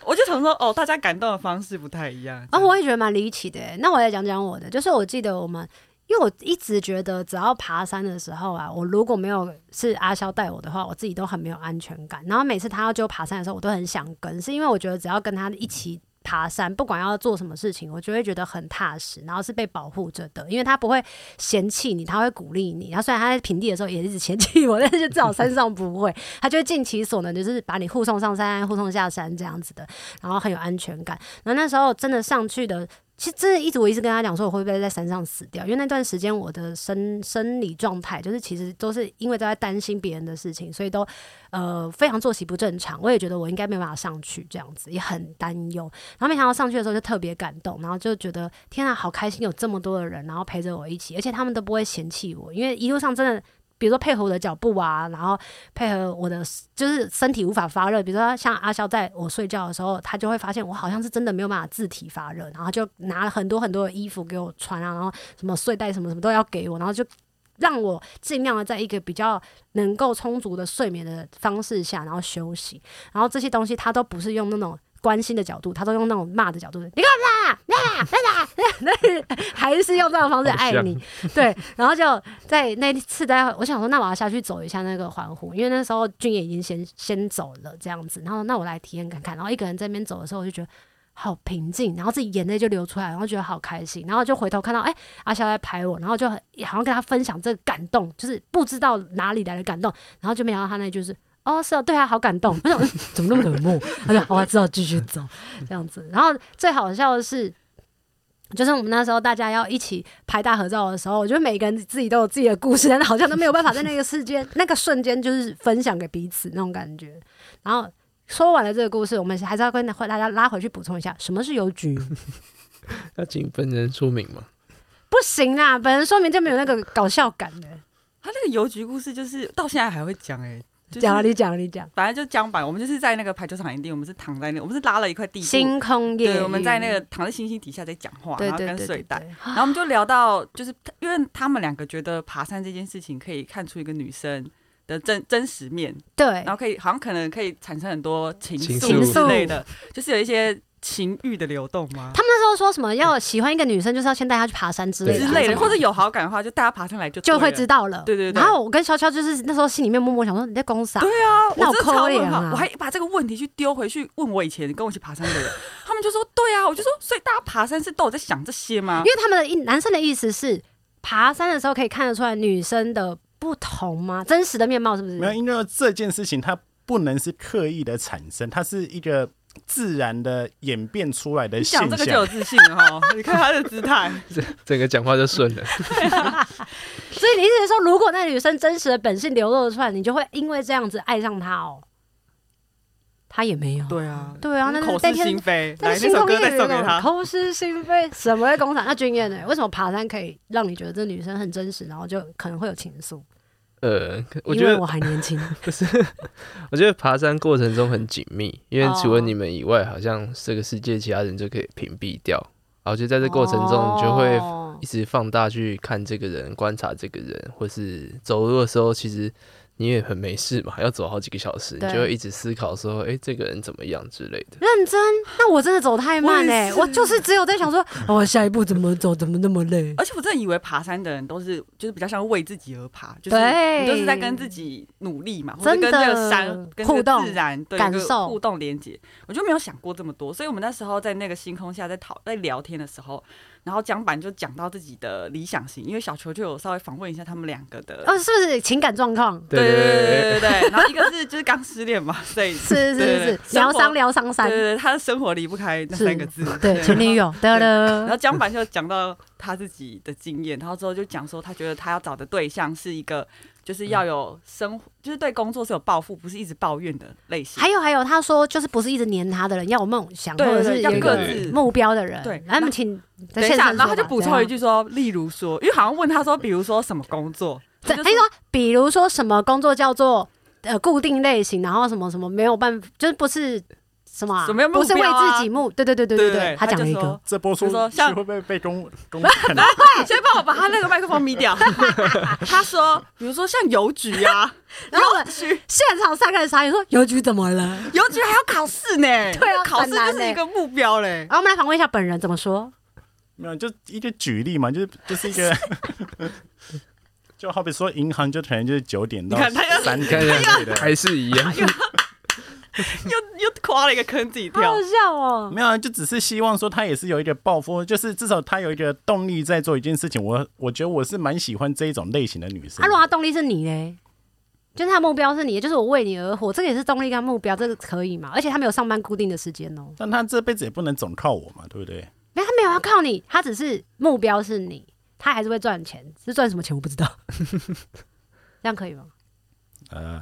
Speaker 2: 我就想说，哦，大家感动的方式不太一样。
Speaker 1: 啊，我也觉得蛮离奇的耶。那我来讲讲我的，就是我记得我们，因为我一直觉得只要爬山的时候啊，我如果没有是阿肖带我的话，我自己都很没有安全感。然后每次他要揪爬山的时候，我都很想跟，是因为我觉得只要跟他一起爬山，不管要做什么事情，我就会觉得很踏实，然后是被保护着的，因为他不会嫌弃你，他会鼓励你。然后虽然他在平地的时候也一直嫌弃我，但是就至少山上不会，他就会尽其所能，就是把你护送上山、护送下山这样子的，然后很有安全感。然后那时候真的上去的其实真的一直我一直跟他讲说我会不会在山上死掉，因为那段时间我的生生理状态就是其实都是因为都在担心别人的事情，所以都呃非常作息不正常。我也觉得我应该没有办法上去这样子，也很担忧。然后没想到上去的时候就特别感动，然后就觉得天啊，好开心有这么多的人，然后陪着我一起，而且他们都不会嫌弃我，因为一路上真的。比如说配合我的脚步啊，然后配合我的就是身体无法发热，比如说像阿肖在我睡觉的时候，他就会发现我好像是真的没有办法自体发热，然后就拿了很多很多的衣服给我穿啊，然后什么睡袋什么什么都要给我，然后就让我尽量的在一个比较能够充足的睡眠的方式下，然后休息，然后这些东西他都不是用那种。关心的角度，他都用那种骂的角度，你干嘛啦？那那那， [LAUGHS] 还是用这种方式爱你，对。然后就在那次在，我想说，那我要下去走一下那个环湖，因为那时候军也已经先先走了这样子。然后那我来体验看看。哎啊然后一个人在那边走的时候，我就觉得好平静，然后自己眼泪就流出来，然后觉得好开心。然后就回头看到，哎、阿肖在啊拍我，然后就很好像跟他分享这个感动，就是不知道哪里来的感动。然后就没想到他那句是。哦，是哦，对啊，好感动。 [LAUGHS] 我想嗯怎么那么冷漠？他就好，我只好继续走这样子。然后最好笑的是，就是我们那时候大家要一起拍大合照的时候，我觉得每个人自己都有自己的故事，但是好像都没有办法在那个瞬间、那个瞬间就是分享给彼此那种感觉。然后说完了这个故事，我们还是要跟大家拉回去补充一下，什么是邮局？
Speaker 3: 要请本人说明嘛。
Speaker 1: 不行啊，本人说明就没有那个搞笑感了。
Speaker 2: 他那个邮局故事就是到现在还会讲哎、就是
Speaker 1: 讲啊，你讲，你讲。
Speaker 2: 反正就江板，我们就是在那个排球场营地，我们是躺在那，我们是拉了一块地布
Speaker 1: 星空夜，
Speaker 2: 对，我们在那个躺在星星底下在讲话，
Speaker 1: 对
Speaker 2: 然后
Speaker 1: 对
Speaker 2: 跟
Speaker 1: 对
Speaker 2: 睡
Speaker 1: 对
Speaker 2: 袋，
Speaker 1: 对
Speaker 2: 然后我们就聊到，就是因为他们两个觉得爬山这件事情可以看出一个女生的真真实面，
Speaker 1: 对
Speaker 2: 然后可以好像可能可以产生很多情
Speaker 3: 情
Speaker 2: 愫
Speaker 3: 愫
Speaker 2: 之类的，就是有一些情欲的流动吗？
Speaker 1: 他们那时候说什么要喜欢一个女生，就是要先带她去爬山之类的，
Speaker 2: 之类的，或
Speaker 1: 者
Speaker 2: 者有好感的话，就大家爬上来就
Speaker 1: 就会
Speaker 2: 对了
Speaker 1: 知道了。
Speaker 2: 对对对
Speaker 1: 然后我跟潇潇就是那时候心里面默默想说你在攻啥？
Speaker 2: 对啊，
Speaker 1: 那
Speaker 2: 我
Speaker 1: 我
Speaker 2: 真的超
Speaker 1: 扣脸
Speaker 2: 问号
Speaker 1: 啊，
Speaker 2: 我还把这个问题去丢回去问我以前跟我一起爬山的人， [LAUGHS] 他们就说对啊，我就说所以大家爬山是都有在想这些吗
Speaker 1: 因？为他们的意男生的意思是爬山的时候可以看得出来女生的不同吗？真实的面貌是不是？
Speaker 4: 没有，因为这件事情它不能是刻意的产生，它是一个自然的演变出来的
Speaker 2: 你
Speaker 4: 现
Speaker 2: 讲这个就有
Speaker 4: 象。
Speaker 2: 自信了哈，你看他的姿态，
Speaker 3: 整个讲话就顺了，
Speaker 1: 所以你意思是说，如果那女生真实的本性流露出来，你就会因为这样子爱上她哦？她也没有。
Speaker 2: [LAUGHS] 对啊，
Speaker 1: 对啊，那
Speaker 2: 口
Speaker 1: 是那
Speaker 2: 是心
Speaker 1: 天。
Speaker 2: 非，
Speaker 1: 但
Speaker 2: 来
Speaker 1: 是
Speaker 2: 那
Speaker 1: 星
Speaker 2: 首
Speaker 1: 空
Speaker 2: 歌
Speaker 1: 夜
Speaker 2: 再
Speaker 1: 有
Speaker 2: 送
Speaker 1: 一
Speaker 2: 给
Speaker 1: 种
Speaker 2: 他。
Speaker 1: 口是心非，什么会工厂？那君燕呢？为什么爬山可以让你觉得这女生很真实，然后就可能会有情愫？
Speaker 3: 呃，我
Speaker 1: 因
Speaker 3: 觉
Speaker 1: 为
Speaker 3: 得
Speaker 1: 我还年
Speaker 3: [LAUGHS]
Speaker 1: 轻，
Speaker 3: 我觉得爬山过程中很紧密，因为除
Speaker 1: 哦
Speaker 3: 了你们以外，好像这个世界其他人就可以屏蔽掉。然后就在这过程中，你就会
Speaker 1: 哦
Speaker 3: 一直放大去看这个人，观察这个人，或是走路的时候，其实你也很没事嘛，要走好几个小时，你
Speaker 1: 对
Speaker 3: 就会一直思考说，哎、这个人怎么样之类的。
Speaker 1: 认真。那我真的走太慢
Speaker 2: 我
Speaker 1: 嘞、
Speaker 2: 也是
Speaker 1: 我就是只有在想说，哦，下一步怎么走，怎么那么累？
Speaker 2: 而且我真的以为爬山的人都是就是比较像为自己而爬，就是
Speaker 1: 对
Speaker 2: 你就是在跟自己努力嘛，或者
Speaker 1: 真的
Speaker 2: 跟这个山、跟
Speaker 1: 互
Speaker 2: 这
Speaker 1: 动
Speaker 2: 个自然对
Speaker 1: 感
Speaker 2: 有个
Speaker 1: 受
Speaker 2: 互动连接，我就没有想过这么多。所以我们那时候在那个星空下在讨在聊天的时候，然后江板就讲到自己的理想型，因为小球就有稍微访问一下他们两个的。
Speaker 1: 哦，是不是情感状况？
Speaker 2: 对对对
Speaker 1: [LAUGHS]
Speaker 2: 对对
Speaker 3: 对
Speaker 2: 对，然后一个是就是刚失恋嘛，所以
Speaker 1: 是是
Speaker 2: 对
Speaker 1: 是
Speaker 2: 对
Speaker 1: 是，疗伤
Speaker 2: 生活
Speaker 1: 疗伤
Speaker 2: 对
Speaker 1: 三，
Speaker 2: 对对，他的生活离不开那
Speaker 1: 是
Speaker 2: 三个字，
Speaker 1: 对前
Speaker 2: [LAUGHS]
Speaker 1: 女友的
Speaker 2: 然
Speaker 1: 了
Speaker 2: 后，江板就讲到他自己的经验，然后之后就讲说，他觉得他要找的对象是一个，就是要有生活，就是对工作是有抱负，不是一直抱怨的类型
Speaker 1: 还。有还有，他说就是不是一直黏他的人，要有梦想或
Speaker 2: 对
Speaker 1: 者
Speaker 2: 对
Speaker 1: 是
Speaker 2: 对，要
Speaker 1: 有一
Speaker 2: 各
Speaker 1: 个
Speaker 2: 自。
Speaker 1: 目标的人，
Speaker 2: 对
Speaker 1: 他们请在
Speaker 2: 等一
Speaker 1: 线
Speaker 2: 下，
Speaker 1: 上
Speaker 2: 然
Speaker 1: 说
Speaker 2: 后他就
Speaker 1: 吧啊
Speaker 2: 补
Speaker 1: 怎
Speaker 2: 充
Speaker 1: 样
Speaker 2: 一句说，例如说，因为好像问他说，比如说什么工作，他
Speaker 1: 对，
Speaker 2: 就
Speaker 1: 他
Speaker 2: 说
Speaker 1: 就说，比如说什么工作叫做呃固定类型，然后什么什么没有办法，就是不是什么啊、
Speaker 2: 什么目
Speaker 1: 不是为
Speaker 2: 标啊
Speaker 1: 自己目，对对对对
Speaker 2: 对
Speaker 1: 对，
Speaker 2: 他
Speaker 1: 讲了
Speaker 2: 就
Speaker 1: 一个
Speaker 2: 说，
Speaker 4: 这播出
Speaker 2: 比如说
Speaker 4: 去
Speaker 2: 像
Speaker 4: 会不会被
Speaker 2: [LAUGHS]
Speaker 4: 公公
Speaker 2: 先帮我把他那个麦克风咪掉。 [LAUGHS] 他说，比如说像邮局啊，
Speaker 1: 然后我
Speaker 2: [LAUGHS] 邮局，
Speaker 1: 现场三个人傻眼说邮局怎么了？
Speaker 2: 邮局还要考试呢，
Speaker 1: [LAUGHS] 对啊
Speaker 2: 考试
Speaker 1: 很难
Speaker 2: 就是
Speaker 1: 呢
Speaker 2: 一个目标嘞。
Speaker 1: [LAUGHS] 然后我们来访问一下本人怎么说，
Speaker 4: 没有，就一个举例嘛，就是就是一个，
Speaker 2: [LAUGHS]
Speaker 4: 就好比说银行，就可能就是九点
Speaker 2: 你
Speaker 4: 到
Speaker 2: 看他要
Speaker 4: 三
Speaker 3: 你
Speaker 4: 点
Speaker 3: 看一
Speaker 4: 之类
Speaker 2: 哎
Speaker 3: 下，
Speaker 4: 的。
Speaker 3: 还是一样，
Speaker 2: 又又挖了一个坑自己
Speaker 1: 好 [LAUGHS]
Speaker 2: 跳
Speaker 1: 好。笑哦、
Speaker 4: 没有啊，就只是希望说他也是有一点抱负，就是至少他有一个动力在做一件事情。我我觉得我是蛮喜欢这一种类型的女生。
Speaker 1: 啊，如果他动力是你嘞，就是他的目标是你，就是我为你而活，这个也是动力跟目标，这个可以嘛？而且他没有上班固定的时间哦、
Speaker 4: 但他这辈子也不能总靠我嘛，对
Speaker 1: [LAUGHS]
Speaker 4: 不对？
Speaker 1: 没有，他没有要靠你，他只是目标是你，他还是会赚钱，是赚什么钱我不知道， [LAUGHS] 这样可以吗？
Speaker 4: 呃，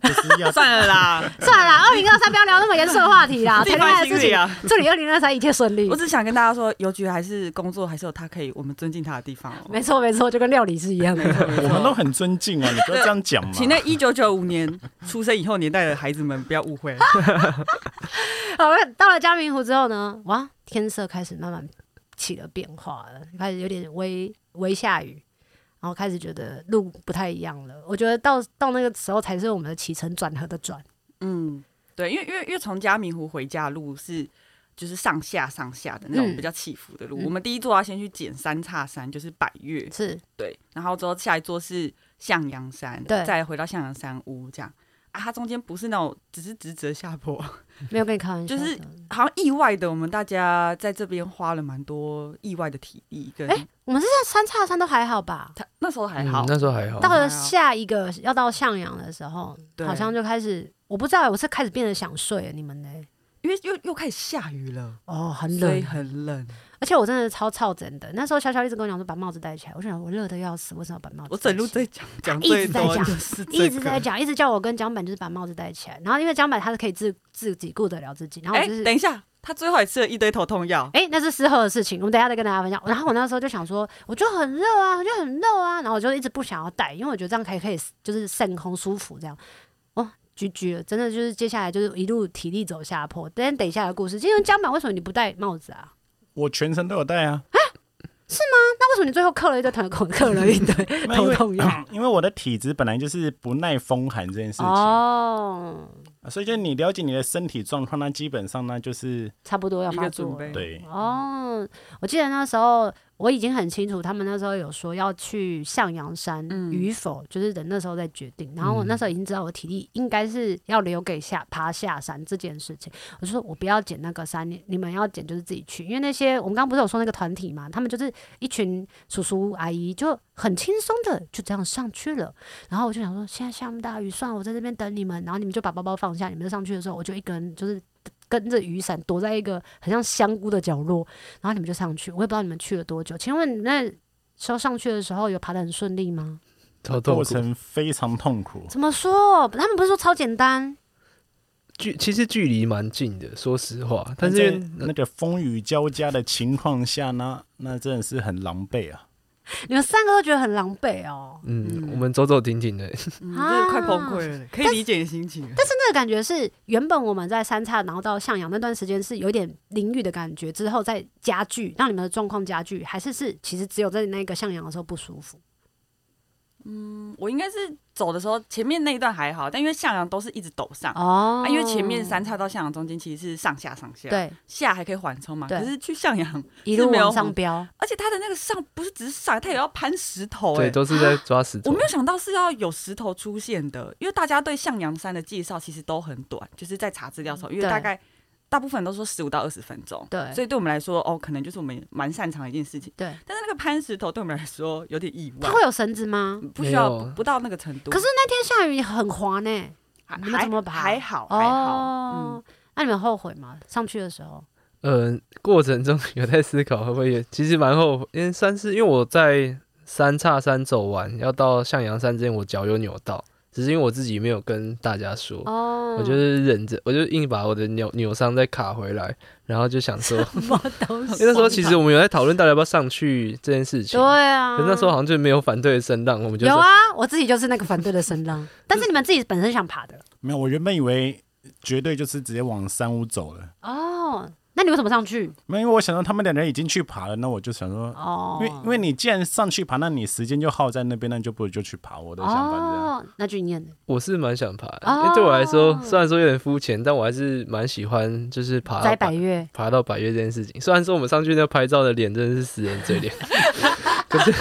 Speaker 4: 就是要
Speaker 2: 算了啦，
Speaker 1: 算了啦，二零二三不要聊那么严肃的话题啦，
Speaker 2: [LAUGHS] 自己
Speaker 1: 谈恋
Speaker 2: 放
Speaker 1: 爱
Speaker 2: 在
Speaker 1: 的事
Speaker 2: 心
Speaker 1: 情
Speaker 2: 里，啊。
Speaker 1: 祝你二零二三一切顺利
Speaker 2: 我。只想跟大家说，邮局还是工作，还是有他可以我们尊敬他的地方哦。
Speaker 1: 没错没错，就跟料理是一样的。
Speaker 4: 我们都很尊
Speaker 1: [LAUGHS]
Speaker 4: 敬啊，你不要这样讲嘛。
Speaker 2: 请那一九九五年出生以后年代的孩子们不要误会，
Speaker 1: [LAUGHS] 好了，到了嘉明湖之后呢，哇，天色开始慢慢起了变化了，开始有点微微下雨，然后开始觉得路不太一样了。我觉得到到那个时候才是我们的起承转合的转。
Speaker 2: [LAUGHS] 嗯，对，因为因为因为从嘉明湖回家的路是就是上下上下的那
Speaker 1: 嗯
Speaker 2: 种比较起伏的路。
Speaker 1: 嗯
Speaker 2: 我们第一座要先去捡三岔山，就是百越，
Speaker 1: 是，
Speaker 2: 对，然后之后下一座是向阳山，
Speaker 1: 对
Speaker 2: 再回到向阳山屋这样。啊，它中间不是那种只是直直的下 [LAUGHS] 坡，
Speaker 1: 没有跟你开玩笑的，
Speaker 2: 就是好像意外的，我们大家在这边花了蛮多意外的体力跟。
Speaker 1: 哎我们是在三岔山都还好吧？
Speaker 2: 他那时候还
Speaker 3: 嗯
Speaker 2: 好，
Speaker 3: 那时候还好
Speaker 1: 到。了
Speaker 2: 哦还好
Speaker 1: 下一个要到向阳的时候，
Speaker 2: 对
Speaker 1: 好像就开始，我不知道，我是开始变得想睡了。你们呢？
Speaker 2: 因为又又开始下雨了，
Speaker 1: 哦，很
Speaker 2: 所以
Speaker 1: 冷，
Speaker 2: 很冷。
Speaker 1: 而且我真的超操真的。那时候潇潇一直跟我讲说把帽子戴起来，我就想我热的要死，为什么要把帽子戴起来？
Speaker 2: 我整路在讲讲
Speaker 1: 一直
Speaker 2: 最
Speaker 1: 在
Speaker 2: 多
Speaker 1: 讲
Speaker 2: 就是这个
Speaker 1: 一直在。讲，一直叫我跟江板就是把帽子戴起来。然后因为江板他是可以自自己顾得了自己，然后我
Speaker 2: 哎、
Speaker 1: 就是。
Speaker 2: 等一下，他最后也吃了一堆头痛药。
Speaker 1: 哎、那是事后的事情，我们等一下再跟大家分享。然后我那时候就想说，我就很热啊，我就很热啊，然后我就一直不想要戴，因为我觉得这样可以可以就是肾空舒服这样。哦，居居了，真的就是接下来就是一路体力走下坡。但等一下的故事，今天江板为什么你不戴帽子啊？
Speaker 4: 我全程都有带
Speaker 1: [LAUGHS]
Speaker 4: 啊，
Speaker 1: 那为什么你最后嗑了一堆 [LAUGHS] 头痛，嗑了一堆
Speaker 4: 没有
Speaker 1: 头
Speaker 4: 因为
Speaker 1: 痛药？
Speaker 4: [COUGHS] 因为我的体质本来就是不耐风寒这件
Speaker 2: 嗯
Speaker 4: 事情，
Speaker 1: 哦，
Speaker 4: 所以就你了解你的身体状况，那基本上那就是
Speaker 1: 差不多要
Speaker 2: 一
Speaker 1: 哎发
Speaker 2: 个
Speaker 1: 作
Speaker 2: 准
Speaker 1: 了
Speaker 2: 备。
Speaker 4: 对。
Speaker 1: 哦，我记得那时候我已经很清楚，他们那时候有说要去向阳山
Speaker 2: 嗯
Speaker 1: 与否，就是人那时候在决定。然后我
Speaker 3: 嗯
Speaker 1: 那时候已经知道我体力应该是要留给下爬下山这件事情，我就说我不要捡那个山，你你们要捡就是自己去，因为那些我们刚刚不是有说那个团体嘛，他们就是一群叔叔阿姨就很轻松的就这样上去了。然后我就想说，现在下那么大雨，算了，我在这边等你们。然后你们就把包包放下，你们就上去的时候，我就一个人就是跟着雨伞躲在一个很像香菇的角落，然后你们就上去。我也不知道你们去了多久。请问你那时候上去的时候有爬得很顺利吗？
Speaker 3: 超痛
Speaker 4: 过
Speaker 3: 苦。
Speaker 4: 程非常痛苦，
Speaker 1: 怎么说？他们不是说超简单？
Speaker 3: 距其实距离蛮近的，说实话，但是因
Speaker 4: 在
Speaker 3: 为
Speaker 4: 那个风雨交加的情况下，那那真的是很狼狈啊。
Speaker 1: 你们三个都觉得很狼狈哦。
Speaker 3: 嗯，
Speaker 2: 嗯
Speaker 3: 我们走走停停的，
Speaker 2: 嗯，
Speaker 1: 啊
Speaker 2: 真的快崩溃了，可以理解你的心情。
Speaker 1: 但是那个感觉是，原本我们在三岔，然后到向阳那段时间是有点淋雨的感觉，之后再加剧，让你们的状况加剧，还是是其实只有在那个向阳的时候不舒服？
Speaker 2: 嗯我应该是走的时候，前面那一段还好，但因为向阳都是一直陡上。
Speaker 1: 哦
Speaker 2: 啊，因为前面三岔到向阳中间其实是上下上下，，
Speaker 1: 对，
Speaker 2: 下还可以缓冲嘛。
Speaker 1: 对
Speaker 2: 可是去向阳，
Speaker 1: 一路
Speaker 2: 没有
Speaker 1: 往上
Speaker 2: 红
Speaker 1: 飙，
Speaker 2: 而且它的那个上不是只是上，它也要攀石头、欸，
Speaker 3: 对，都是在抓石
Speaker 2: 我
Speaker 3: 头
Speaker 2: 没有。想到是要有石头出现的，因为大家对向阳山的介绍其实都很短，就是在查资料的时候，因为
Speaker 1: 嗯对
Speaker 2: 大概大部分都说十五到二十分钟，
Speaker 1: 对
Speaker 2: 所以对我们来说，哦，可能就是我们蛮擅长的一件事情。
Speaker 1: 对，
Speaker 2: 但是那个攀石头对我们来说有点意外
Speaker 1: 它，会有绳子吗？
Speaker 2: 不需要
Speaker 3: 没有
Speaker 2: 不不到那个程度。
Speaker 1: 可是那天下雨很滑呢。
Speaker 2: 还
Speaker 1: 你们怎么爬
Speaker 2: 还好还好，
Speaker 1: 哦，那你们后悔吗？上去的时候，
Speaker 3: 嗯，过程中有在思考会不会也，其实蛮后 [LAUGHS] 悔，因为三是因为我在三岔山走完要到向阳山之前，我脚有扭到，只是因为我自己没有跟大家说。
Speaker 1: 哦，
Speaker 3: 我就是忍着，我就硬把我的扭扭伤再卡回来，然后就想说，
Speaker 1: [LAUGHS] 什么东西？啊
Speaker 3: 因为那时候其实我们有在讨论到底要不要上去这件事情
Speaker 1: 对，啊，
Speaker 3: 可是那时候好像就没有反对的声浪，我们就
Speaker 1: 有
Speaker 3: 说
Speaker 1: 啊，我自己就是那个反对的声浪，但是你们自己本身想爬的
Speaker 4: 没有，我原本以为绝对就是直接往山屋走了，
Speaker 1: 哦。那你为什么上去？
Speaker 4: 没有，因为我想到他们两人已经去爬了，那我就想说，
Speaker 1: 哦，
Speaker 4: 因为因为你既然上去爬，那你时间就耗在那边，那你就不如就去爬。我的想法是这样。
Speaker 3: 啊
Speaker 1: 哦，那就念了
Speaker 3: 我是蛮想爬的，
Speaker 1: 哦
Speaker 3: 因为对我来说，虽然说有点肤浅，但我还是蛮喜欢，就是爬
Speaker 1: 摘
Speaker 3: 到
Speaker 1: 百
Speaker 3: 百
Speaker 1: 月，
Speaker 3: 爬到百越 [LAUGHS] 这件事情。虽然说我们上去那拍照的脸真的是死人嘴脸，可是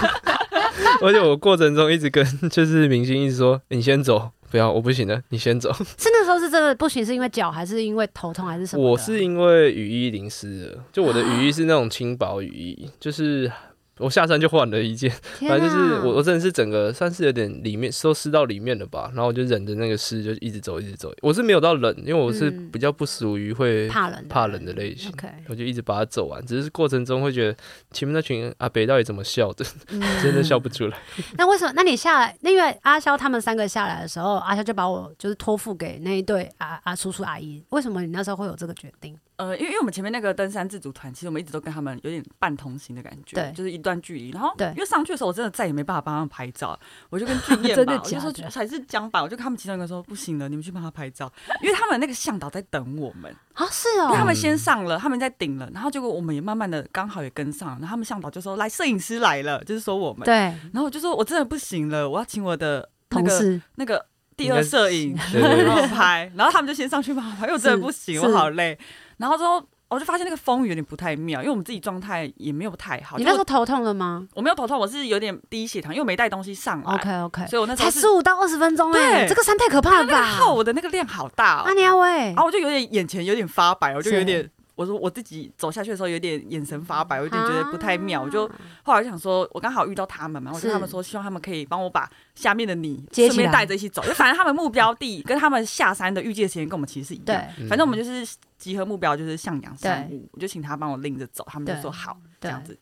Speaker 3: [LAUGHS] 而且我过程中一直跟就是明星一直说，你先走，不要，我不行了，你先走。
Speaker 1: 是那时候是真的不行，是因为脚还是因为头痛还是什么的啊？
Speaker 3: 我是因为雨衣淋湿了，就我的雨衣是那种轻薄雨衣，就是我下山就换了一件，
Speaker 1: 天啊
Speaker 3: 反正就是
Speaker 1: 哪
Speaker 3: 我我真的是整个算是有点里面都湿到里面了吧，然后我就忍着那个湿就一直走一直走，我是没有到冷，因为我是
Speaker 1: 嗯
Speaker 3: 比较不属于会
Speaker 1: 怕冷
Speaker 3: 怕冷的类型。
Speaker 1: OK，
Speaker 3: 我就一直把它走完，只是过程中会觉得前面那群阿北到底怎么笑的， [LAUGHS]
Speaker 1: 嗯
Speaker 3: 真的笑不出来。
Speaker 1: 那为什么？那你下来，那因为阿萧他们三个下来的时候，阿萧就把我就是托付给那一对阿阿叔叔阿姨。为什么你那时候会有这个决定？
Speaker 2: 呃，因为因为我们前面那个登山自主团，其实我们一直都跟他们有点半同行的感觉，
Speaker 1: 对
Speaker 2: 就是一段距离。然后，
Speaker 1: 对
Speaker 2: 因为上去的时候，我真的再也没办法帮他们拍照，我
Speaker 1: [LAUGHS]
Speaker 2: 就跟俊彦
Speaker 1: 真
Speaker 2: 吧
Speaker 1: 的，
Speaker 2: 我就
Speaker 1: 假
Speaker 2: 说
Speaker 1: 的
Speaker 2: 还是江吧，我就跟他们其中一个说不行了，你们去帮他拍照，因为他们那个向导在等我们，
Speaker 1: 啊，是
Speaker 2: 因为他
Speaker 1: 哦，
Speaker 2: 们先上了，他们在顶了，然后结果我们也慢慢的刚好也跟上，然后他们向导就说来摄影师来了，就是说我们，
Speaker 1: 对，
Speaker 2: 然后我就说我真的不行了，我要请我的那
Speaker 1: 同
Speaker 2: 个
Speaker 1: 事
Speaker 2: 那个第二摄影
Speaker 3: 对对对
Speaker 2: 帮我拍，然后他们就先上去帮我拍，因为我真的不行，
Speaker 1: 是
Speaker 2: 我好累。然后之后我就发现那个风雨有点不太妙，因为我们自己状态也没有太好。
Speaker 1: 你
Speaker 2: 就
Speaker 1: 那
Speaker 2: 我
Speaker 1: 时候头痛了吗
Speaker 2: 我没有头痛，我是有点低血糖，因为我没带东西上来
Speaker 1: ？OK OK，
Speaker 2: 所以我那时候
Speaker 1: 才
Speaker 2: 是
Speaker 1: 十五到二十分钟哎、
Speaker 2: 对
Speaker 1: 这个山太可怕了
Speaker 2: 那个号
Speaker 1: 吧？
Speaker 2: 我的那个量好大、哦
Speaker 1: 阿，尼亚喂
Speaker 2: 然，后我就有点眼前有点发白，我就是有点。我说我自己走下去的时候有点眼神发白，我有点觉得不太妙，
Speaker 1: 啊
Speaker 2: 我就后来就想说，我刚好遇到他们嘛，我就跟
Speaker 1: 是
Speaker 2: 他们说，希望他们可以帮我把下面的你
Speaker 1: 接
Speaker 2: 顺
Speaker 1: 起
Speaker 2: 便
Speaker 1: 来
Speaker 2: 带着一起走，就反正他们目标地跟他们下山的预计的时间跟我们其实是一样
Speaker 1: 对，
Speaker 3: 嗯
Speaker 2: 反正我们就是集合目标就是向阳山
Speaker 1: 对
Speaker 2: 屋，我就请他帮我拎着走，他们就
Speaker 1: 对
Speaker 2: 说好这
Speaker 1: 对
Speaker 2: 样，子。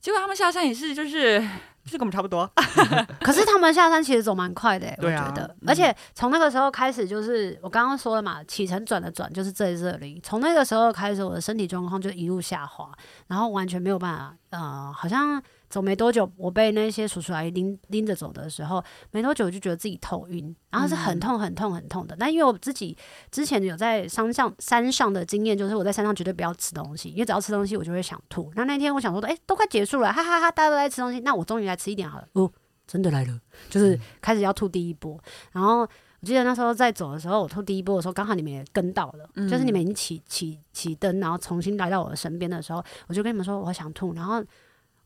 Speaker 2: 结果他们下山也是就是就是跟我们差不
Speaker 1: 嗯
Speaker 2: 多，
Speaker 1: 可是他们下山其实走蛮快的、欸，我
Speaker 2: 对啊
Speaker 1: 觉得
Speaker 2: 嗯。
Speaker 1: 而且从那个时候开始，就是我刚刚说了嘛，起承转的转就是这这里。从那个时候开始，我的身体状况就一路下滑，然后完全没有办法，呃，好像走没多久，我被那些叔叔阿姨拎拎着走的时候，没多久我就觉得自己头晕，然
Speaker 2: 嗯
Speaker 1: 后是很痛很痛很痛的。但因为我自己之前有在山上山上的经验，就是我在山上绝对不要吃东西，因为只要吃东西我就会想吐。那那天我想说的，哎、都快结束了，哈哈哈大家都在吃东西，那我终于来吃一点好了。哦，真的来了，就是开始要吐第一波，然后。我记得那时候在走的时候，我吐第一波的时候，刚好你们也跟到了，就是你们已经起起起灯，然后重新来到我的身边的时候，我就跟你们说我想吐，然后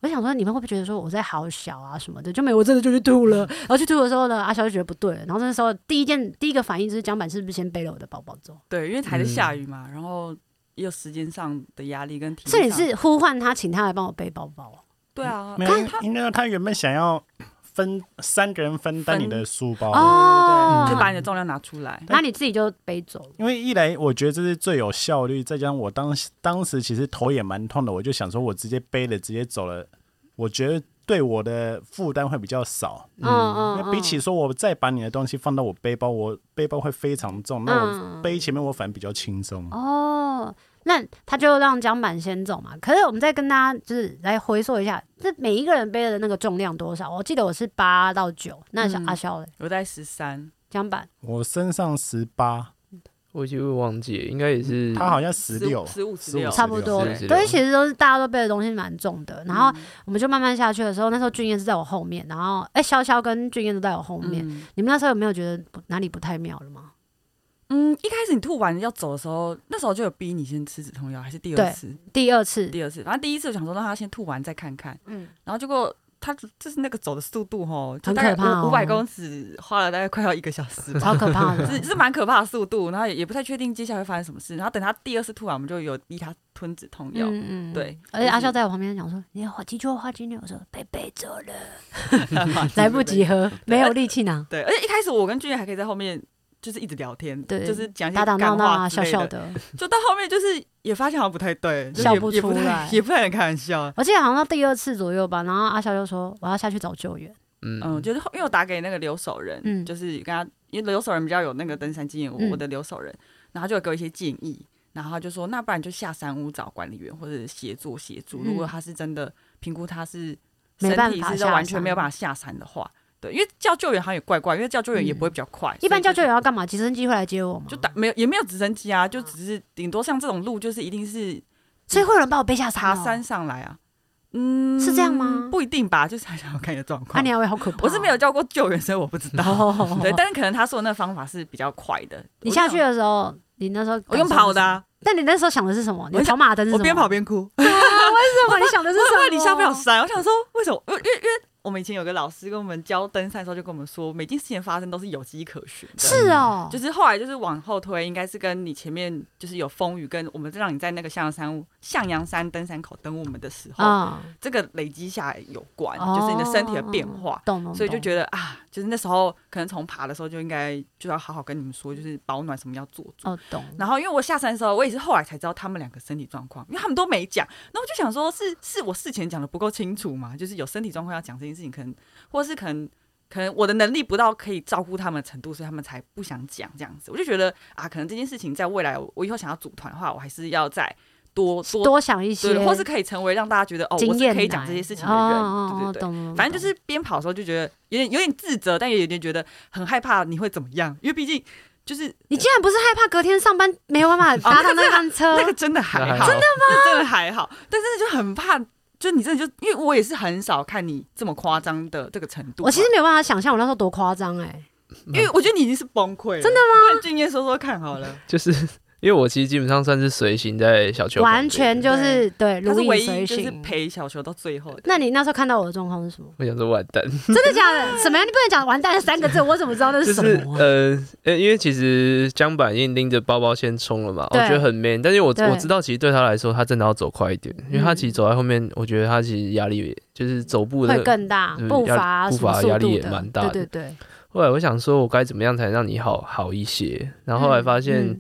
Speaker 1: 我想说你们会不会觉得说我在好小啊什么的，就没有我真的就去吐了。然后去吐的时候呢，阿小就觉得不对了，然后那时候第一件第一个反应就是江板是不是先背了我的包包走？
Speaker 2: [LAUGHS] 对，因为还在下雨嘛，然后也有时间上的压力跟体力
Speaker 1: 所
Speaker 2: 上，
Speaker 1: 以你是呼唤他，请他来帮我背包包哦、
Speaker 2: 对啊，
Speaker 4: 没有，因为因为他原本想要分三个人分担你的书包，
Speaker 1: 哦
Speaker 2: 对对对，
Speaker 1: 哦
Speaker 2: 就把你的重量拿出来。
Speaker 1: 那你自己就背走了。
Speaker 4: 因为一来我觉得这是最有效率，再加上我当时当时其实头也蛮痛的，我就想说我直接背了直接走了，我觉得对我的负担会比较少。
Speaker 1: 嗯嗯嗯，
Speaker 4: 那比起说我再把你的东西放到我背包，我背包会非常重，那
Speaker 1: 嗯
Speaker 4: 我背前面我反而比较轻松。
Speaker 1: 哦，那他就让江板先走嘛。可是我们再跟大家就是来回溯一下，这每一个人背的那个重量多少？我记得我是八到九，那小
Speaker 2: 嗯
Speaker 1: 阿萧嘞，欸
Speaker 2: 我在十三，
Speaker 1: 江板
Speaker 4: 我身上十八，
Speaker 3: 我已经忘记了，应该也是
Speaker 4: 嗯他好像十六，
Speaker 2: 十五、十
Speaker 4: 15
Speaker 2: 六，
Speaker 1: 差不多
Speaker 3: 是是，是
Speaker 1: 对，其实都是大家都背的东西蛮重的。然
Speaker 2: 嗯
Speaker 1: 后我们就慢慢下去的时候，那时候俊彦是在我后面，然后哎，潇潇跟俊彦都在我后面。
Speaker 2: 嗯
Speaker 1: 你们那时候有没有觉得不哪里不太妙了吗？
Speaker 2: 嗯，一开始你吐完要走的时候，那时候就有逼你先吃止痛药，还是第
Speaker 1: 对
Speaker 2: 二次？
Speaker 1: 第二
Speaker 2: [LAUGHS]
Speaker 1: 次，
Speaker 2: 第二次，反正第一次我想说让他先吐完再看看，
Speaker 1: 嗯，
Speaker 2: 然后结果他就是那个走的速度吼，就
Speaker 1: 很
Speaker 2: 大概
Speaker 1: 可怕哦
Speaker 2: 五百公尺，花了大概快要一个小时
Speaker 1: [LAUGHS]
Speaker 2: 吧。
Speaker 1: 超可怕哦的。
Speaker 2: 是是蛮可怕的速度，然后也也不太确定接下来会发生什么事。然后等他第二次吐完，我们就有逼他吞止痛 [LAUGHS] 药。
Speaker 1: 嗯嗯，
Speaker 2: 对
Speaker 1: 而且阿
Speaker 2: 就是
Speaker 1: 笑在我旁边讲说：“你要记住我话今天我
Speaker 2: [LAUGHS]
Speaker 1: 说被背走了，来不及喝，没有力气拿，
Speaker 2: 对，而且一开始我跟俊彦还可以在后面就是一直聊天，
Speaker 1: 对
Speaker 2: 就是讲一
Speaker 1: 打
Speaker 2: 些
Speaker 1: 打闹
Speaker 2: 干
Speaker 1: 闹啊，
Speaker 2: 话
Speaker 1: 笑
Speaker 2: 之类
Speaker 1: 笑
Speaker 2: 的。 [LAUGHS]
Speaker 1: 的。
Speaker 2: 就到后面就是也发现好像不太对，就是
Speaker 1: 笑
Speaker 2: 也
Speaker 1: 不
Speaker 2: 也
Speaker 1: 出
Speaker 2: 太
Speaker 1: 来
Speaker 2: [LAUGHS] 也不太能开玩笑”。
Speaker 1: 我记得好像到第二次左右吧，然后阿笑就说：“我要下去找救援。
Speaker 3: 嗯
Speaker 2: 嗯，就是后因为我打给那个留守人，
Speaker 1: 嗯
Speaker 2: 就是跟他，因为留守人比较有那个登山经验，我、
Speaker 1: 嗯
Speaker 2: 我的留守人，然后他就有给我一些建议，然后他就说，那不然就下山屋找管理员或者协作协助，
Speaker 1: 嗯
Speaker 2: 如果他是真的评估他是
Speaker 1: 没
Speaker 2: 身
Speaker 1: 办
Speaker 2: 体
Speaker 1: 法
Speaker 2: 是
Speaker 1: 下
Speaker 2: 完全没有
Speaker 1: 山
Speaker 2: 办法下山的话，对，因为叫救援好像也怪怪，因为叫救援也不会比较快，”
Speaker 1: 嗯一般
Speaker 2: 所
Speaker 1: 叫
Speaker 2: 以
Speaker 1: 救援要干嘛？直升机会来接我吗？
Speaker 2: 就打没有也没有直升机啊，就只是顶多像这种路就是一定是
Speaker 1: 所以会有人把我背下
Speaker 2: 爬
Speaker 1: 山哦。
Speaker 2: 山上来啊，嗯，
Speaker 1: 是这样吗
Speaker 2: 不一定吧，就是还想要看你的状
Speaker 1: 阿
Speaker 2: 况。
Speaker 1: 尼亚维好可怕哦。
Speaker 2: 我是没有叫过救援，所以我不知道。
Speaker 1: 哦
Speaker 2: 对，但是可能他说的那方法是比较快的。
Speaker 1: 你
Speaker 2: 我就
Speaker 1: 下
Speaker 2: 想
Speaker 1: 去，的时候，你那时候
Speaker 2: 我用跑的、
Speaker 1: 感受是什么，
Speaker 2: 啊，
Speaker 1: 但你那时候想的是什么？你的
Speaker 2: 我想
Speaker 1: 跑马灯是什
Speaker 2: 我
Speaker 1: 什么？
Speaker 2: 边跑边哭，
Speaker 1: [LAUGHS] 对啊，为什么？你想的是
Speaker 2: 我
Speaker 1: 什
Speaker 2: 怕
Speaker 1: 么？
Speaker 2: 你下不了山。我想说，为什么？因为因为因为我们以前有个老师跟我们教登山的时候，就跟我们说，每件事情发生都是有迹可循的。
Speaker 1: 是哦，
Speaker 2: 嗯就是后来就是往后推，应该是跟你前面就是有风雨，跟我们让你在那个向阳山向阳山登山口等我们的时候，
Speaker 1: 啊，
Speaker 2: 这个累积下来有关，
Speaker 1: 哦
Speaker 2: 就是你的身体的变化，
Speaker 1: 懂哦懂，
Speaker 2: 所以就
Speaker 1: 得
Speaker 2: 觉得啊，就是那时候可能从爬的时候就应该就要好好跟你们说，就是保暖什么要做足。
Speaker 1: 哦懂，
Speaker 2: 然后因为我下山的时候，我也是后来才知道他们两个身体状况，因为他们都没讲。那我就想说是，是我事前讲的不够清楚嘛？就是有身体状况要讲这件事情，可能或是可能可能我的能力不到可以照顾他们的程度，所以他们才不想讲这样子。我就觉得啊，可能这件事情在未来我我以后想要组团的话，我还是要再多多
Speaker 1: 多想一些
Speaker 2: 对，，或是可以成为让大家觉得哦，我
Speaker 1: 经
Speaker 2: 是
Speaker 1: 验
Speaker 2: 可以讲
Speaker 1: 来
Speaker 2: 这些事情的
Speaker 1: 哦
Speaker 2: 人，
Speaker 1: 哦
Speaker 2: 对
Speaker 1: 哦
Speaker 2: 对对。
Speaker 1: 懂懂
Speaker 2: 反正就
Speaker 1: 懂
Speaker 2: 是边跑的时候就觉得有点有点自责，但也有点觉得很害怕你会怎么样，因为毕竟就是
Speaker 1: 你竟然不是害怕隔天上班没有办法搭到那班车
Speaker 2: 哦 [LAUGHS] 那个真的还好，
Speaker 3: 真的
Speaker 2: 吗？真的还好，但是就很怕，就你真的就因为我也是很少看你这么夸张的这个程度嘛。啊
Speaker 1: 我其实没有办法想象我那时候多夸张哎，
Speaker 2: 因为我觉得你已经是崩溃了，真的吗？不然俊彦说说看好了，
Speaker 3: 就是 [LAUGHS] 因为我其实基本上算是随行在小球旁边，
Speaker 1: 完全就是对
Speaker 2: 他
Speaker 1: 如
Speaker 2: 是唯
Speaker 1: 影
Speaker 2: 一
Speaker 1: 随
Speaker 2: 就是
Speaker 1: 形。
Speaker 2: 陪小球到最后的。
Speaker 1: 那你那时候看到我的状况是什么？ [LAUGHS]
Speaker 3: 我想说完蛋，
Speaker 1: 真的假
Speaker 2: [LAUGHS]
Speaker 1: 的？什么样？你不能讲“完蛋”三个字，我怎么知道那
Speaker 3: 就是
Speaker 1: 什
Speaker 3: 是
Speaker 1: 么啊？
Speaker 3: 呃呃，因为其实江板已经拎着包包先冲了嘛，我
Speaker 1: 对
Speaker 3: 觉得很 man，但是我
Speaker 1: 对嗯
Speaker 3: 我知道其实对他来说，他真的要走快一点，因为他其实走在后面，我觉得他其实压力也就是走步的
Speaker 1: 会更大
Speaker 3: 就是，
Speaker 1: 步
Speaker 3: 压
Speaker 1: 伐啊
Speaker 3: 步
Speaker 1: 什么
Speaker 3: 伐
Speaker 1: 速
Speaker 3: 压力
Speaker 1: 度
Speaker 3: 也
Speaker 1: 的
Speaker 3: 蛮大的
Speaker 1: 对对对，
Speaker 3: 后来我想说，我该怎么样才能让你好好一些？然后后来发现，
Speaker 1: 嗯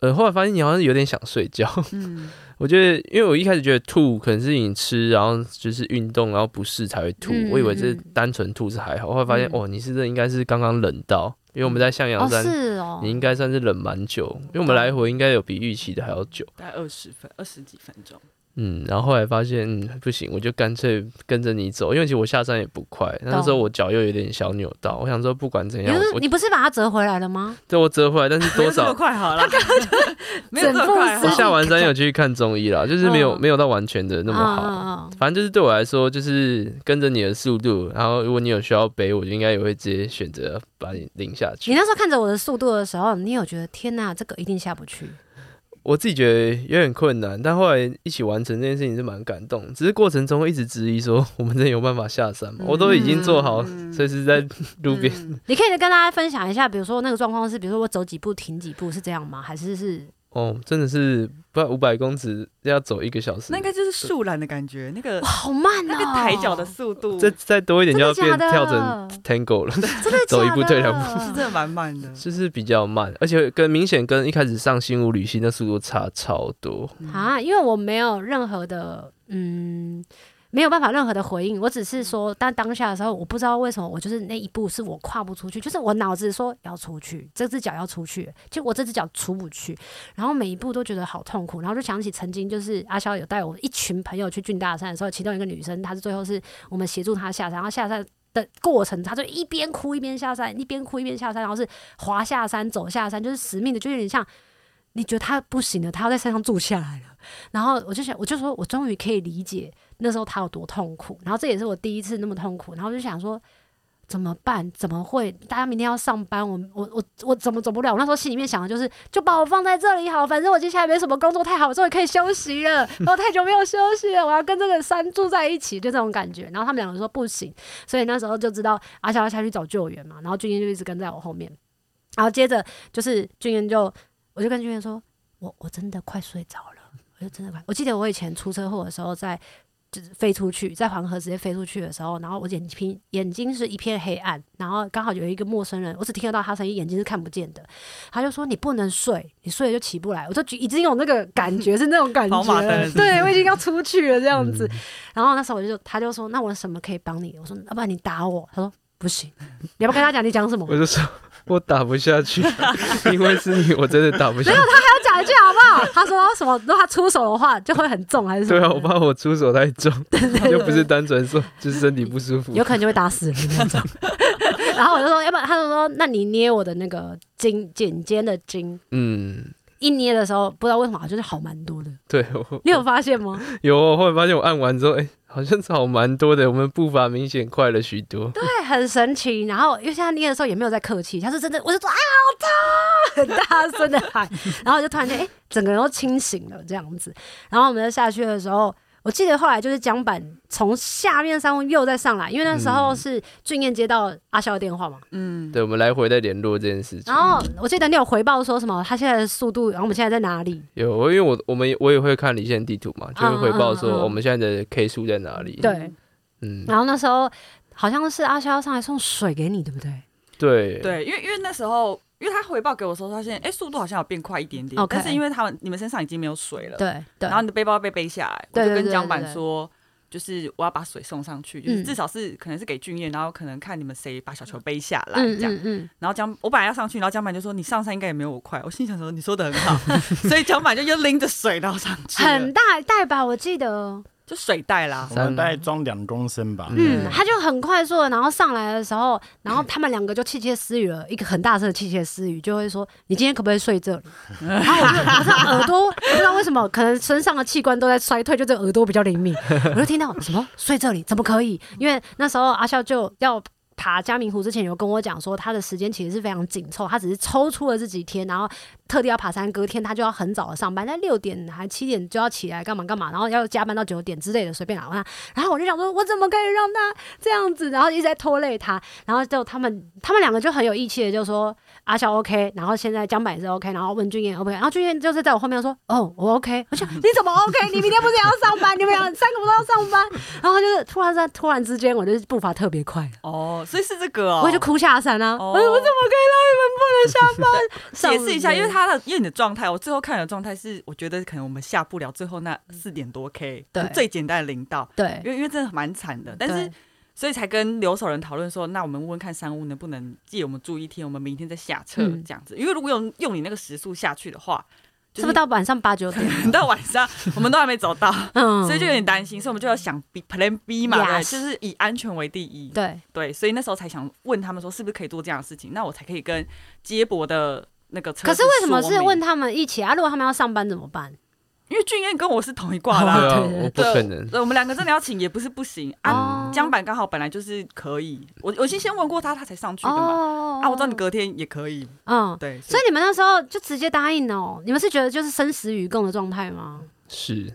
Speaker 3: 呃，后来发现你好像有点想睡觉。
Speaker 2: 嗯，
Speaker 3: [LAUGHS] 我觉得，因为我一开始觉得吐可能是你吃，然后就是运动，然后不适才会吐。
Speaker 1: 嗯
Speaker 3: 我以为是
Speaker 1: 嗯
Speaker 3: 单纯吐是还好，后来发现、
Speaker 2: 嗯
Speaker 3: 哦，你是真的应该是刚刚冷到，因为我们在向阳
Speaker 1: 哦
Speaker 3: 山，
Speaker 1: 是哦，
Speaker 3: 你应该算是冷蛮久，因为我们来回应该有比预期的还要久。
Speaker 2: 大概二十分二十几分钟，
Speaker 3: 嗯，然后后来发现嗯不行，我就干脆跟着你走，因为其实我下山也不快，那时候我脚又有点小扭到，我想说不管怎
Speaker 1: 你
Speaker 3: 样
Speaker 1: 不，是
Speaker 3: 我
Speaker 1: 你不是把它折回来了吗？
Speaker 3: 对我折回来，但是
Speaker 2: 没
Speaker 3: 多
Speaker 2: 有这
Speaker 1: [LAUGHS]
Speaker 3: 少
Speaker 2: 么快好了，没有这么快
Speaker 1: 整
Speaker 2: 好
Speaker 3: 我
Speaker 1: 部是
Speaker 3: 下完山有去看中医啦，就是没有、
Speaker 1: 嗯
Speaker 3: 没有到完全的那么好。啊
Speaker 1: 嗯嗯嗯
Speaker 3: 反正就是对我来说，就是跟着你的速度，然后如果你有需要背，我就应该也会直接选择把你拎下
Speaker 1: 你
Speaker 3: 去。
Speaker 1: 那时候看着我的速度的时候，你有觉得天哪，这个一定下不去？
Speaker 3: 我自己觉得有点困难，但后来一起完成这件事情是蛮感动。只是过程中一直质疑说，我们真的有办法下山吗？ [LAUGHS] 我都已经做
Speaker 1: 嗯
Speaker 3: 好，
Speaker 2: 嗯
Speaker 3: 随时在路边。
Speaker 1: 你可以跟大家分享一下，比如说那个状况是，比如说我走几步停几步是这样吗？还是是
Speaker 3: 哦，真的是不然五百公尺要走一个小时
Speaker 2: 那应，该就是树懒的感觉，那个
Speaker 1: 哇好慢
Speaker 2: 那
Speaker 1: 啊、
Speaker 2: 个抬脚的速度，
Speaker 3: 再再多一点
Speaker 1: 真
Speaker 3: 就
Speaker 1: 的
Speaker 3: 要变
Speaker 1: 假的？
Speaker 3: 跳成 tango 了。
Speaker 1: 真的假的
Speaker 3: 走一步退两步
Speaker 2: 是真的蛮慢的。
Speaker 3: 就是比较慢，而且跟明显跟一开始上新屋旅行的速度差超多。
Speaker 1: 啊，因为我没有任何的嗯。没有办法任何的回应，我只是说，但当下的时候，我不知道为什么，我就是那一步是我跨不出去，就是我脑子说要出去，这只脚要出去，就我这只脚出不去，然后每一步都觉得好痛苦，然后就想起曾经就是阿肖有带我一群朋友去俊大山的时候，其中一个女生，她是最后是我们协助她下山，然后下山的过程，她就一边哭一边下山，一边哭一边下山，然后是滑下山走下山，就是死命的，就有点像你觉得她不行了，她要在山上住下来了。然后我就想，我就说我终于可以理解那时候他有多痛苦。然后这也是我第一次那么痛苦。然后我就想说，怎么办？怎么会？大家明天要上班，我我我我怎么走不了？我那时候心里面想的就是，就把我放在这里好，反正我接下来没什么工作，太好，我终于可以休息了。然后太久没有休息了，我要跟这个山住在一起，就这种感觉。然后他们两个说不行，所以那时候就知道阿肖要啊下去找救援嘛。然后俊彦就一直跟在我后面。然后接着就是俊彦就，我就跟俊彦说，我我真的快睡着了。我就真的快。我记得我以前出车祸的时候，在就是飞出去，在黄河直接飞出去的时候，然后我眼睛眼睛是一片黑暗，然后刚好有一个陌生人，我只听得到他声音，眼睛是看不见的。他就说：“你不能睡，你睡了就起不来。”我就已经有那个感觉，是那种感觉
Speaker 2: 跑马灯
Speaker 1: 了
Speaker 2: 是，不
Speaker 1: 对我已经要出去了这样子。然后那时候我就他就说：“那我什么可以帮你？”我说：“要不然你打我。”他说：“不行，你要不要跟他讲你讲什么？”
Speaker 3: [LAUGHS] 我就说， [LAUGHS] 我打不下 [LAUGHS] 去，因为是你，我真的打不下去。
Speaker 1: 他讲一句好不好？他说什么？如果他出手的话，就会很重还是什
Speaker 3: 对
Speaker 1: 么？
Speaker 3: 啊，我怕我出手太 [LAUGHS] 重，就不是单纯说就是身体不舒服
Speaker 1: 有。可能就会打死人 [LAUGHS] 的
Speaker 3: [LAUGHS]
Speaker 1: 那种。然后我就说，要不然他就说，那你捏我的那个筋，颈肩的筋，
Speaker 3: 嗯，
Speaker 1: 一捏的时候，不知道为什么好像就是好蛮多的。
Speaker 3: 对，我
Speaker 1: 你有发现吗？
Speaker 3: 有我后来发现我按完之后，哎、好像好蛮多的，我们步伐明显快了许多。
Speaker 1: 对，很神奇。然后因为现在捏的时候也没有在客气，他是真的，我就说啊，好痛，很大声的喊，然后就突然间哎、诶整个人都清醒了这样子。然后我们在下去的时候，我记得后来就是江板从下面山峰又再上来，因为那时候是俊彦接到阿肖的电话嘛，
Speaker 2: 嗯，
Speaker 3: 对，我们来回在联络这件事情
Speaker 1: 然。后我记得你有回报说什么他现在的速度，然后我们现在在哪里？
Speaker 3: 有，因为我我们也我也会看离线地图嘛，就会回
Speaker 1: 嗯
Speaker 3: 报
Speaker 1: 嗯嗯
Speaker 3: 说我们现在的 K 数在哪里。
Speaker 1: 对，
Speaker 3: 嗯，
Speaker 1: 然后那时候好像是阿肖上来送水给你，对不对？
Speaker 3: 对，
Speaker 2: [LAUGHS] 对，因为因为那时候，因为他回报给我说，他现在哎、速度好像有变快一点哦点
Speaker 1: OK
Speaker 2: 但是因为他们你们身上已经没有水了，
Speaker 1: 对对
Speaker 2: 然后你的背包被背下来，
Speaker 1: 对对
Speaker 2: 我就
Speaker 1: 对
Speaker 2: 跟江
Speaker 1: 对
Speaker 2: 板
Speaker 1: 对
Speaker 2: 说。就是我要把水送上去，就是
Speaker 1: 嗯
Speaker 2: 至少是可能是给俊彦，然后可能看你们谁把小球背下来
Speaker 1: 嗯
Speaker 2: 这样。
Speaker 1: 嗯嗯，
Speaker 2: 然后江我本来要上去，然后江板就说你上山应该也没有我快，我心想说你说的很 [LAUGHS] 好，所以江板就又拎着水然后上去了，
Speaker 1: 很大一袋吧，我记得，
Speaker 2: 就水袋啦
Speaker 4: 我。
Speaker 3: 三
Speaker 4: 们大概装两公升吧。
Speaker 1: 嗯，他就很快速的，然后上来的时候，然后他们两个就窃窃私语了，一个很大声的窃窃私语，就会说你今天可不可以睡这里？然后我就我这耳朵，我不知道为什么，可能身上的器官都在衰退，就这个耳朵比较灵敏，我就听到什么睡这里怎么可以？因为那时候阿笑就要。爬嘉明湖之前有跟我讲说，他的时间其实是非常紧凑，他只是抽出了这几天，然后特地要爬山，隔天他就要很早的上班，在六点还七点就要起来干嘛干嘛，然后要加班到九点之类的，随便啦。那然后我就想说，我怎么可以让他这样子？然后一直在拖累他。然后就他们他们两个就很有义气的，就说阿笑 OK，然后现在江板也是 OK，然后问俊彦 OK，然后俊彦就是在我后面说，哦，我 OK。我想你怎么 OK？你明天不是也要上班？你们俩三个不都要上班？然后就是突然在突然之间，我就是步伐特别快，
Speaker 2: 哦，所以是这个哦。
Speaker 1: 我就哭下山啊！
Speaker 2: 哦
Speaker 1: 我说我怎么可以让你们不能下班？
Speaker 2: 解释一下，
Speaker 1: 上
Speaker 2: 因为他的因为你的状态，我最后看你的状态是，我觉得可能我们下不了最后那四点多 K，
Speaker 1: 嗯对
Speaker 2: 就最简单的零到，
Speaker 1: 对
Speaker 2: 因为因为真的蛮惨的，但是
Speaker 1: 对。
Speaker 2: 所以才跟留守人讨论说，那我们问问看山屋能不能借我们住一天，我们明天再下车
Speaker 1: 嗯
Speaker 2: 这样子。因为如果用用你那个时速下去的话， [LAUGHS]
Speaker 1: 是
Speaker 2: 就
Speaker 1: 不是到晚上八九
Speaker 2: [LAUGHS]
Speaker 1: 点？
Speaker 2: 等到晚上，我们都还没找到，
Speaker 1: 嗯，
Speaker 2: 所以就有点担心，所以我们就要想 B Plan B 嘛
Speaker 1: Yes
Speaker 2: 对，就是以安全为第一。
Speaker 1: 对
Speaker 2: 对，所以那时候才想问他们说，是不是可以做这样的事情？那我才可以跟接驳的那个车。
Speaker 1: 可是为什么是问？他们一起啊？如果他们要上班怎么办？
Speaker 2: 因为俊彦跟我是同一挂啦。
Speaker 3: [LAUGHS] 对啊，
Speaker 1: 对
Speaker 3: 我不
Speaker 2: 对
Speaker 3: 可能。
Speaker 2: 对，我们两个真的要请也不是不行啊。
Speaker 1: 哦，
Speaker 2: 江板刚好本来就是可以，我我先先问过他，他才上去的嘛。
Speaker 1: 哦
Speaker 2: 啊，我知道你隔天也可以，
Speaker 1: 嗯，
Speaker 2: 对，
Speaker 1: 所
Speaker 2: 以
Speaker 1: 以你们那时候就直接答应哦？你们是觉得就是生死与共的状态吗？
Speaker 3: 是，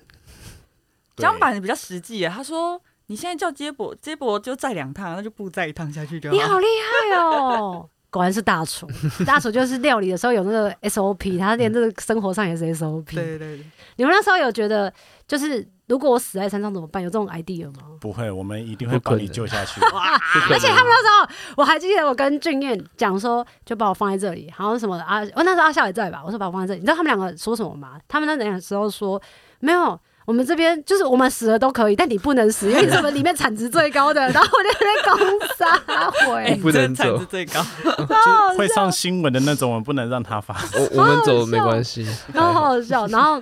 Speaker 4: 对
Speaker 2: 江板比较实际耶，他说你现在叫接驳，接驳就载两趟，那就不载一趟下去就
Speaker 1: 你
Speaker 2: 好。
Speaker 1: 好厉害哦！果然是大
Speaker 2: [LAUGHS]
Speaker 1: 厨，大厨就是料理的时候有那个 SOP，他连这个生活上也是 SOP。
Speaker 2: 对对对，
Speaker 1: 你们那时候有觉得，就是如果我死在山上怎么办？有这种 idea 吗？
Speaker 4: 不会，我们一定会
Speaker 3: 不
Speaker 4: 把
Speaker 3: 可
Speaker 4: 你
Speaker 3: 能
Speaker 4: 救下去。
Speaker 3: 而且他们
Speaker 1: 那时候我还记得我跟俊彦讲说，就把我放在这里，好像什么的啊，我那时候阿笑也在吧，我说把我放在这里，你知道他们两个说什么吗？他们那两个时候说没有。我们这边就是我们死了都可以，但你不能死，因为你是我们里面产值最高的。然后我就在攻杀
Speaker 2: 哎，
Speaker 1: 回，
Speaker 3: 不能
Speaker 2: 你这个产值
Speaker 3: 走
Speaker 2: 最高。 [LAUGHS]
Speaker 4: 就会上新闻的那种，我们不能让它发生。
Speaker 3: 我我们走没
Speaker 1: 笑
Speaker 3: 关系。
Speaker 1: 然 [LAUGHS] 后好
Speaker 3: 还好
Speaker 1: 好笑。然后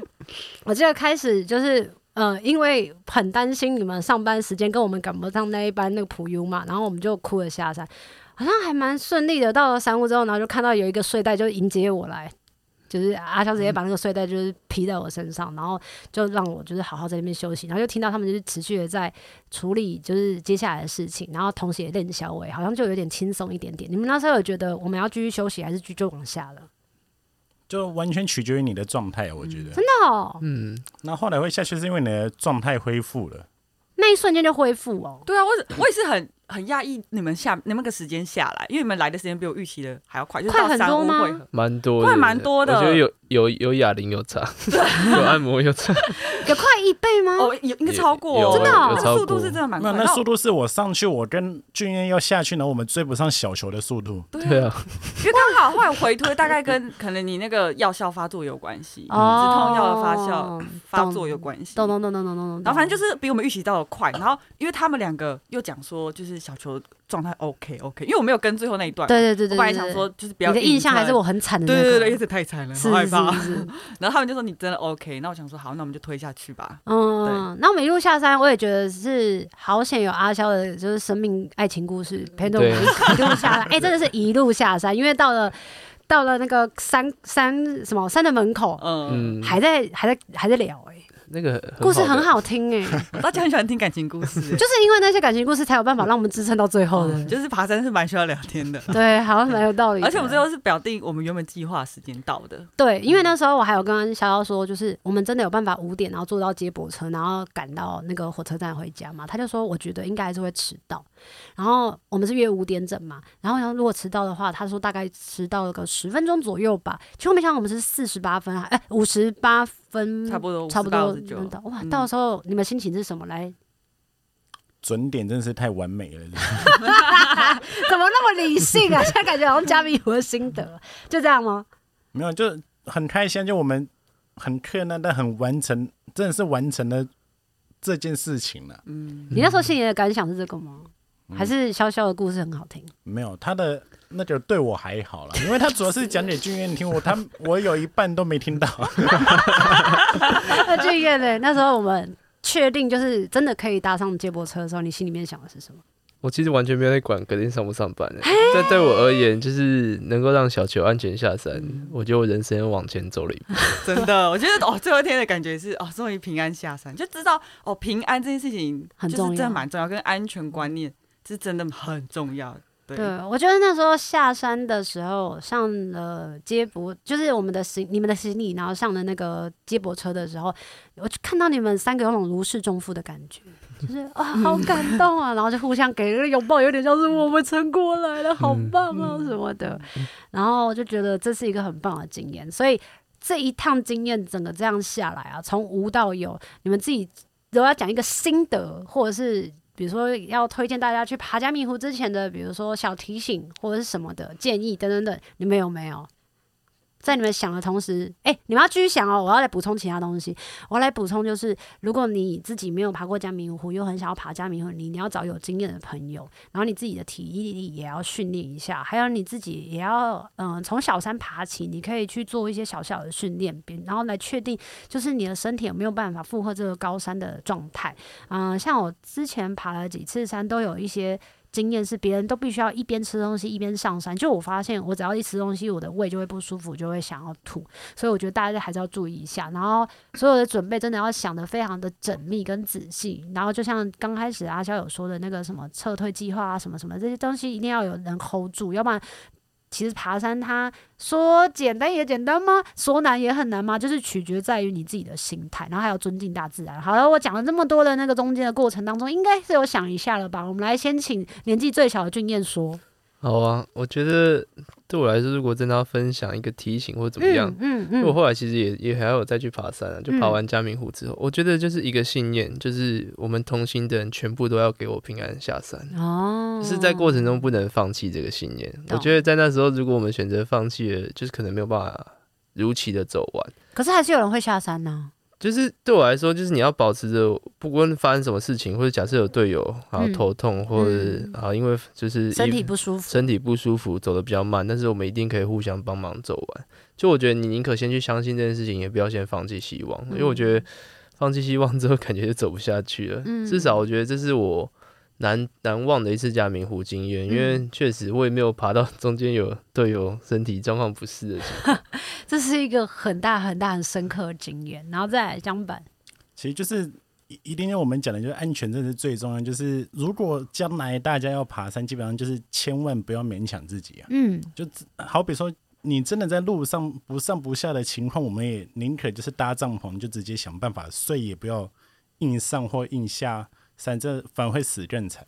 Speaker 1: 我记得开始就是。呃，因为很担心你们上班时间跟我们赶不上那一班那个普优嘛，然后我们就哭了下山，好像还蛮顺利的。到了山屋之后，然后就看到有一个睡袋就迎接我来，就是阿肖直接把那个睡袋就是披在我身上，然后就让我就是好好在那边休息。然后就听到他们就是持续的在处理就是接下来的事情，然后同时也练小伟，好像就有点轻松一点点。你们那时候有觉得我们要继续休息，还是继续就往下了？
Speaker 4: 就完全取决于你的状态，我觉得。
Speaker 1: 真的哦，
Speaker 3: 嗯，
Speaker 4: 那后来会下去是因为你的状态恢复了，
Speaker 1: 那一瞬间就恢复哦。
Speaker 2: 对啊，我也我也是很很讶异你们下你们那个时间下来，因为你们来的时间比我预期的还要快，就是
Speaker 1: 快
Speaker 2: 到
Speaker 1: 很
Speaker 2: 三
Speaker 1: 多
Speaker 2: 五
Speaker 1: 吗
Speaker 2: 会合
Speaker 3: 蛮多的，
Speaker 2: 快蛮多的
Speaker 3: 我觉得有有有哑铃有差， [LAUGHS] 有按摩有差，
Speaker 1: 有快一倍吗？
Speaker 2: 哦，有应该
Speaker 3: 有
Speaker 2: 超过
Speaker 3: 有
Speaker 2: 哦，
Speaker 1: 真的哦
Speaker 2: 那
Speaker 3: 有超
Speaker 2: 个速度
Speaker 3: 过
Speaker 2: 是真的蛮
Speaker 4: 那
Speaker 2: 快。
Speaker 4: 那速度是我上去，我跟俊彦要下去，然后我们追不上小球的速度。
Speaker 2: 对
Speaker 3: 对
Speaker 2: 啊，
Speaker 3: 啊，
Speaker 2: 因为刚好后来回推，大
Speaker 1: [LAUGHS]
Speaker 2: 概跟可能你那个药效发作有关系，
Speaker 1: 哦
Speaker 2: 嗯止痛药的发效发作有关系。
Speaker 1: 咚咚咚咚咚咚咚。
Speaker 2: 然后反正就是比我们预期到的快，然后因为他们两个又讲说就是小球状态 OK OK，因为我没有跟最后那一段，
Speaker 1: 对对对
Speaker 2: 我
Speaker 1: 对，
Speaker 2: 本来想说就是不要
Speaker 1: 你的印象还是
Speaker 2: 硬
Speaker 1: 我很惨的
Speaker 2: 撑，
Speaker 1: 那
Speaker 2: 对
Speaker 1: 个。
Speaker 2: 对对对，，这太惨了，
Speaker 1: 是
Speaker 2: 好害
Speaker 1: 是
Speaker 2: 怕。 [LAUGHS]
Speaker 1: 嗯是。
Speaker 2: 然后他们就说你真的 OK，那我想说好，那我们就推下
Speaker 1: [LAUGHS]
Speaker 2: 去吧。
Speaker 1: 嗯，那我们一路下山，我也觉得是好险有阿肖的，就是生命爱情故事陪着我们
Speaker 3: 对
Speaker 1: 一路下来。哎，真的是一路下山，因为到了到了那个山山什么山的门口，
Speaker 2: 嗯，
Speaker 3: 嗯，
Speaker 1: 还在还在还在聊哎。
Speaker 3: 那个很
Speaker 1: 故事很
Speaker 3: 的，
Speaker 1: 好听哎、
Speaker 2: 大家很喜欢听感情
Speaker 1: [LAUGHS]
Speaker 2: 故事、欸，
Speaker 1: 就是因为那些感情故事才有办法让我们支撑到最
Speaker 3: 哦
Speaker 1: 后的。
Speaker 2: 就是爬山是蛮需要聊天 [LAUGHS] 的。
Speaker 1: 对，啊好像蛮有道理的。
Speaker 2: 而且我们最后是表定我们原本计划时间到的，
Speaker 1: 对，因为那时候我还有跟逍遥说，就是我们真的有办法五点，然后坐到接驳车，然后赶到那个火车站回家嘛。他就说，我觉得应该还是会迟到。然后我们是约五点整嘛，然后我想如果迟到的话，他说大概迟到了个十分钟左右吧。结果没想到我们是四十八分啊，哎，五十八分，
Speaker 2: 差不多
Speaker 1: 嗯差不
Speaker 2: 58
Speaker 1: 多
Speaker 2: 五十九
Speaker 1: 能到。哇，
Speaker 2: 嗯
Speaker 1: 到时候你们心情是什么？来， [LAUGHS]
Speaker 4: 准点真的是太完美了，
Speaker 1: 怎么那么理性啊？现在感觉好像嘉宾有了心得，就这样吗？
Speaker 4: 没有就很开心，就我们很困难，但很完成，真的是完成了这件事情了。
Speaker 2: 嗯，
Speaker 1: 你那时候心里的感想是这个吗？还是潇潇的故事很好听？ [LAUGHS]
Speaker 4: 没有他的那就对我还好了，因为他主要是讲给俊彦听，我他我有一半都没听到。 [LAUGHS]
Speaker 1: 那俊彦呢？那时候我们确定就是真的可以搭上接驳车的时候，你心里面想的是什么？
Speaker 3: 我其实完全没有在管隔天上不上班欸。但对我而言，就是能够让小球安全下山，我觉得我人生又往前走了一步。
Speaker 2: 真的，我觉得哦，最后一天的感觉是哦，终于平安下山，就知道哦，平安这件事情
Speaker 1: 很
Speaker 2: 就是
Speaker 1: 重
Speaker 2: 真的
Speaker 1: 要
Speaker 2: 蛮重要，跟安全观念是真的很重要的。对，
Speaker 1: 对，我觉得那时候下山的时候，上了接驳，就是我们的行你们的行李，然后上了那个接驳车的时候，我就看到你们三个有种如释重负的感觉，就是啊、好感动啊，然后就互相给了个拥抱，有点像是我们撑过来了，好棒啊什么的， [LAUGHS] 然后我就觉得这是一个很棒的经验，所以这一趟经验整个这样下来啊，从无到有，你们自己如果要讲一个心得，或者是比如说要推荐大家去爬加密湖之前的，比如说小提醒或者是什么的建议等等等，你们有没有？在你们想的同时，哎、你们要继续想哦，我要来补充其他东西。我要来补充就是，如果你自己没有爬过加明湖，又很想要爬加明湖，你你要找有经验的朋友，然后你自己的体力也要训练一下，还有你自己也要嗯从小山爬起，你可以去做一些小小的训练，比然后来确定就是你的身体有没有办法负荷这个高山的状态。嗯、像我之前爬了几次山，都有一些。经验是别人都必须要一边吃东西一边上山，就我发现我只要一吃东西，我的胃就会不舒服，就会想要吐，所以我觉得大家还是要注意一下。然后所有的准备真的要想得非常的缜密跟仔细，然后就像刚开始阿肖有说的那个什么撤退计划啊，什么什么这些东西一定要有人 hold 住，要不然其实爬山它说简单也简单吗？说难也很难吗？就是取决在于你自己的心态，然后还有尊敬大自然。好了，我讲了这么多的那个中间的过程当中，应该是有想一下了吧？我们来先请年纪最小的俊彦说，
Speaker 3: 好啊，我觉得对我来说，如果真的要分享一个提醒或怎么样，
Speaker 1: 嗯
Speaker 3: 因
Speaker 1: 嗯
Speaker 3: 为
Speaker 1: 嗯，
Speaker 3: 我后来其实也也还有再去爬山啊，就爬
Speaker 1: 嗯
Speaker 3: 完嘉明湖之后，我觉得就是一个信念，就是我们同行的人全部都要给我平安下山。
Speaker 1: 哦
Speaker 3: 就是在过程中不能放弃这个信念。我
Speaker 1: 懂
Speaker 3: 觉得在那时候，如果我们选择放弃了，就是可能没有办法如期的走完。
Speaker 1: 可是还是有人会下山呢、
Speaker 3: 就是对我来说，就是你要保持着，不管发生什么事情，或者假设有队友然后
Speaker 1: 嗯
Speaker 3: 头痛，或者
Speaker 1: 嗯
Speaker 3: 啊因为就是
Speaker 1: 身
Speaker 3: 一
Speaker 1: 体不舒服。
Speaker 3: 身体不舒服，走的比较慢，但是我们一定可以互相帮忙走完。就我觉得你宁可先去相信这件事情，也不要先放弃希
Speaker 1: 嗯
Speaker 3: 望，因为我觉得放弃希望之后，感觉就走不下去了。
Speaker 1: 嗯
Speaker 3: 至少我觉得这是我难难忘的一次嘉明湖经验，因
Speaker 1: 嗯
Speaker 3: 为确实我也没有爬到中间有队友身体状况不适的情况。
Speaker 1: 这是一个很大很大很深刻的经验。然后再来江板，
Speaker 4: 其实就是一一定要我们讲的，就是安全真的是最重要。就是如果将来大家要爬山，基本上就是千万不要勉强自己啊。
Speaker 1: 嗯，
Speaker 4: 好比说，你真的在路上不上不下的情况，我们也宁可就是搭帐篷，就直接想办法睡，也不要硬上或硬下山，这反而会死更惨。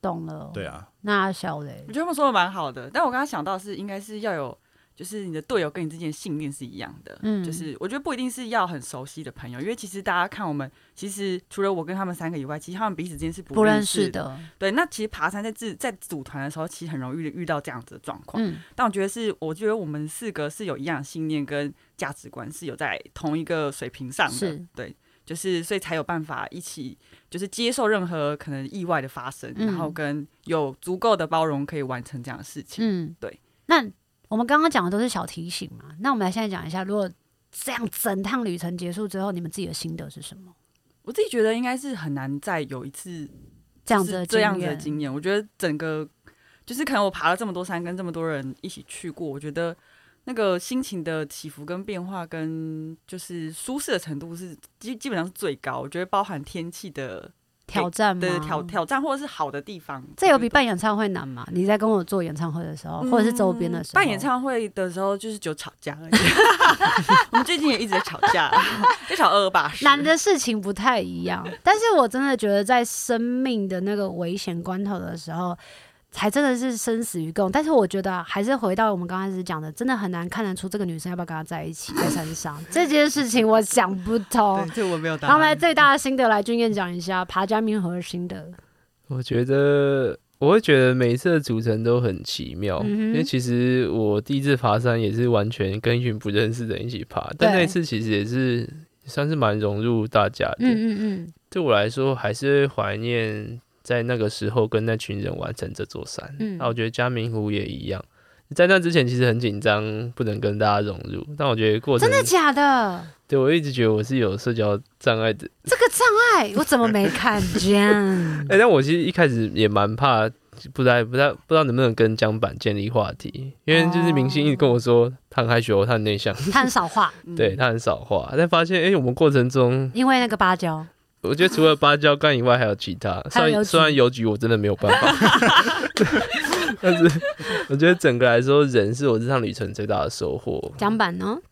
Speaker 1: 懂了。
Speaker 4: 对，啊，
Speaker 1: 那小雷
Speaker 2: 我，觉得他们说的蛮好的，但我刚刚想到是应该是要有，就是你的队友跟你之间的信念是一样的，
Speaker 1: 嗯
Speaker 2: 就是我觉得不一定是要很熟悉的朋友，因为其实大家看我们，其实除了我跟他们三个以外，其实他们彼此之间是不
Speaker 1: 不认
Speaker 2: 识
Speaker 1: 识，的，
Speaker 2: 对，那其实爬山在自在组团的时候，其实很容易遇到这样子的状况。
Speaker 1: 嗯
Speaker 2: 但我觉得是，我觉得我们四个是有一样的信念跟价值观，是有在同一个水平上的
Speaker 1: 是，
Speaker 2: 对，就是所以才有办法一起，就是接受任何可能意外的发生，
Speaker 1: 嗯
Speaker 2: 然后跟有足够的包容可以完成这样的事情。
Speaker 1: 嗯，
Speaker 2: 对。
Speaker 1: 那我们刚刚讲的都是小提醒嘛，那我们来现在讲一下，如果这样整趟旅程结束之后，你们自己的心得是什么？
Speaker 2: 我自己觉得应该是很难再有一次
Speaker 1: 这样
Speaker 2: 就
Speaker 1: 子
Speaker 2: 是
Speaker 1: 的
Speaker 2: 这样子的
Speaker 1: 验
Speaker 2: 经验，我觉得整个就是可能我爬了这么多山，跟这么多人一起去过，我觉得那个心情的起伏跟变化，跟就是舒适的程度是基基本上是最高。我觉得包含天气的
Speaker 1: 挑战吗？
Speaker 2: 的挑挑战，或者是好的地方。
Speaker 1: 嗯这有比办演唱会难吗？你在跟我做演唱会的时候，或者是周边的时候，
Speaker 2: 嗯办演唱会的时候就是只有吵架
Speaker 1: [LAUGHS]
Speaker 2: 而已。我们最近也一直在吵架， [LAUGHS] 就吵二二八
Speaker 1: 难的事情不太一样。但是我真的觉得，在生命的那个危险关头的时候，才真的是生死与共。但是我觉得啊还是回到我们刚开始讲的，真的很难看得出这个女生要不要跟他在一起，在山上这件事情，我想不通
Speaker 2: 对，。这我没有
Speaker 1: 哦
Speaker 2: 答
Speaker 1: 然后来
Speaker 2: 案。
Speaker 1: 最大的心得来君燕讲一下爬加冥河的心得。
Speaker 3: 我觉得我会觉得每一次的组成都很奇妙，
Speaker 1: 嗯哼
Speaker 3: 因为其实我第一次爬山也是完全跟一群不认识的人一起爬，但
Speaker 1: 对
Speaker 3: 那一次其实也是算是蛮融入大家的。
Speaker 1: 嗯嗯
Speaker 3: 对我来说，还是会怀念在那个时候跟那群人完成这座山。
Speaker 1: 嗯
Speaker 3: 那、我觉得嘉明湖也一样，在那之前其实很紧张，不能跟大家融入。但我觉得过
Speaker 1: 嗯，
Speaker 3: 程
Speaker 1: 真的假的？
Speaker 3: 对我一直觉得我是有社交障碍的，
Speaker 1: 这个障碍我怎么没看见？
Speaker 3: 哎、但我其实一开始也蛮怕，不太不太不知道能不能跟江板建立话题，因为就是明星一直跟我说他很害羞，他很内向， [LAUGHS]
Speaker 1: 他很少话，
Speaker 2: 嗯
Speaker 3: 对他很少话，但发现哎、我们过程中，
Speaker 1: 因为那个芭蕉。
Speaker 3: 我觉得除了芭蕉干以外，还有其他，
Speaker 1: 还有
Speaker 3: 虽
Speaker 1: 邮
Speaker 3: 然
Speaker 1: 局
Speaker 3: 虽然邮局我真的没有办法，
Speaker 1: [LAUGHS]
Speaker 3: 但是我觉得整个来说，人是我这趟旅程最大的收获。
Speaker 1: 江板呢？哦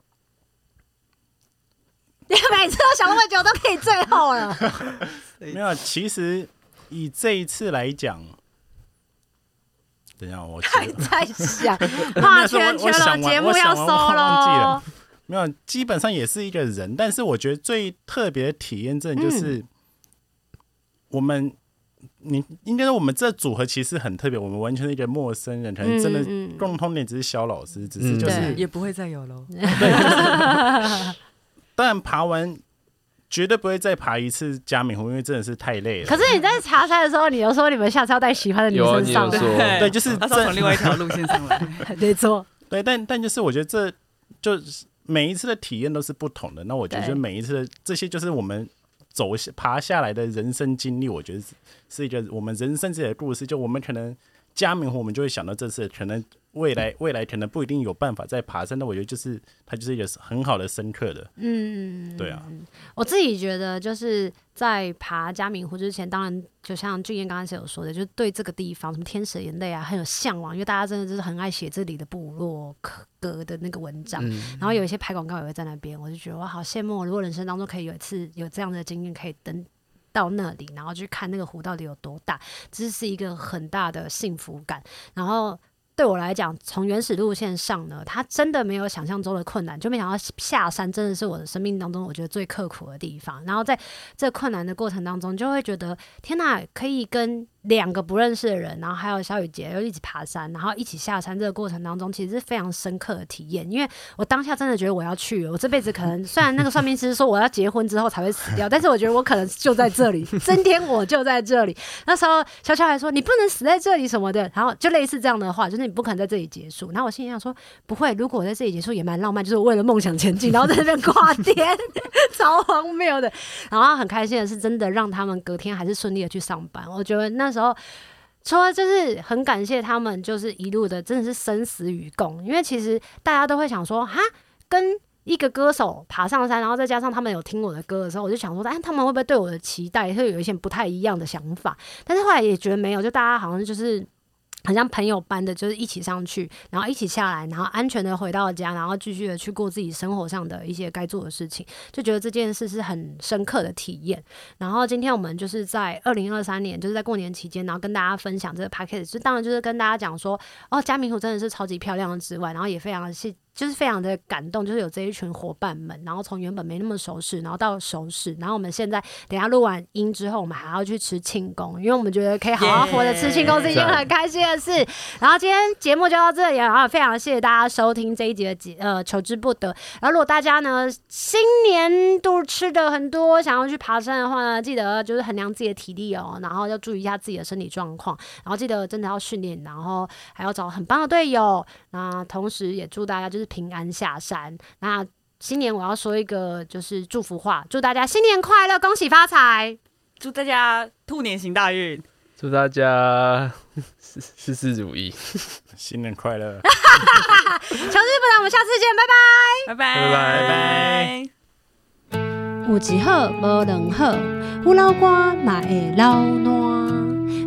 Speaker 1: 你每次都想那么久，都可以最后了。哎
Speaker 4: 没有，啊其实以这一次来讲，等一下我记得
Speaker 1: 在想，画圈圈了，节目要收喽。
Speaker 4: 没有，啊基本上也是一个人，但是我觉得最特别的体验，真的就是、
Speaker 1: 嗯
Speaker 4: 我们，你应该说我们这组合其实很特别，我们完全是一个陌生人，可能哎真的
Speaker 1: 嗯
Speaker 4: 共通点只是肖老师，只是
Speaker 3: 嗯
Speaker 4: 就是
Speaker 1: 对
Speaker 2: 也不会再有喽。
Speaker 4: 但爬完绝对不会再爬一次嘉明湖，因为真的是太累了。
Speaker 1: 可是你在爬山的时候，你又说你们下次要带喜欢的女
Speaker 3: 有啊，
Speaker 1: 生
Speaker 3: 你
Speaker 1: 上
Speaker 3: 有
Speaker 1: 来，
Speaker 3: 说，
Speaker 4: 对，就是
Speaker 2: 他是从
Speaker 4: 真
Speaker 2: 另外一条路线上来。
Speaker 1: [LAUGHS] 没错，
Speaker 4: 对，但但就是我觉得这就是每一次的体验都是不同的。那我觉
Speaker 1: 对
Speaker 4: 得每一次的这些就是我们走下爬下来的人生经历，我觉得是是一个我们人生自己的故事。就我们可能加冕湖，我们就会想到这次可能未
Speaker 1: 嗯
Speaker 4: 来未来可能不一定有办法再爬山，但我觉得就是它就是一个很好的深刻的，
Speaker 1: 嗯，
Speaker 4: 对啊。
Speaker 1: 我自己觉得，就是在爬嘉明湖之前，当然就像俊彦刚开始有说的，就是对这个地方什么天使眼泪啊，很有向往，因为大家真的就是很爱写这里的部落格的那个文章，
Speaker 3: 嗯，
Speaker 1: 然后有一些拍广告也会在那边，我就觉得我好羡慕，如果人生当中可以有一次有这样的经验，可以登到那里，然后去看那个湖到底有多大，这是一个很大的幸福感。然后对我来讲，从原始路线上呢，它真的没有想象中的困难，就没想到下山真的是我的生命当中我觉得最刻苦的地方。然后在这困难的过程当中，就会觉得天哪，可以跟两个不认识的人，然后还有小雨姐又一起爬山，然后一起下山，这个过程当中其实是非常深刻的体验，因为。我当下真的觉得我要去了，我这辈子可能虽然那个算命师说我要结婚之后才会死掉，但是我觉得我可能就在这里， [LAUGHS] 今天我就在这里。那时候悄悄还说你不能死在这里什么的，然后就类似这样的话，就是你不可能在这里结束。然后我心里想说不会，如果我在这里结束也蛮浪漫，就是我为了梦想前进，然后在那边挂颠，超荒谬的。然后很开心的是，真的让他们隔天还是顺利的去上班。我觉得那时候。除了就是很感谢他们，就是一路的真的是生死与共，因为其实大家都会想说，哈，跟一个歌手爬上山，然后再加上他们有听我的歌的时候，我就想说，哎，他们会不会对我的期待会有一些不太一样的想法？但是后来也觉得没有，就大家好像就是。很像朋友般的，就是一起上去，然后一起下来，然后安全的回到家，然后继续的去过自己生活上的一些该做的事情，就觉得这件事是很深刻的体验。然后今天我们就是在二零二三年，就是在过年期间，然后跟大家分享这个 p a c k a g e 就当然就是跟大家讲说，哦，嘉明湖真的是超级漂亮的之外，然后也非常是就是非常的感动，就是有这一群伙伴们，然后从原本没那么熟识，然后到熟识，然后我们现在等一下录完音之后，我们还要去吃庆功，因为我们觉得可以好好活着吃庆功是一件很开心的事。然后今天节目就到这里了，然后非常谢谢大家收听这一集的节呃求之不得。然后如果大家呢新年都吃的很多，想要去爬山的话呢，记得就是衡量自己的体力哦，然后要注意一下自己的身体状况，然后记得真的要训练，然后还要找很棒的队友。那同时也祝大家就是平安下山。那新年我要说一个就是祝福话，祝大家新年快乐，恭喜发财。
Speaker 2: 祝大家兔年行大运，
Speaker 3: 祝大家 [LAUGHS] 事事事如意，
Speaker 4: 新年快乐！
Speaker 5: 求之不得，我们下次见，
Speaker 2: 拜
Speaker 5: 拜拜。
Speaker 2: 拜
Speaker 3: 拜拜
Speaker 2: 拜。
Speaker 5: 有一好无两好，胡老瓜嘛会老烂。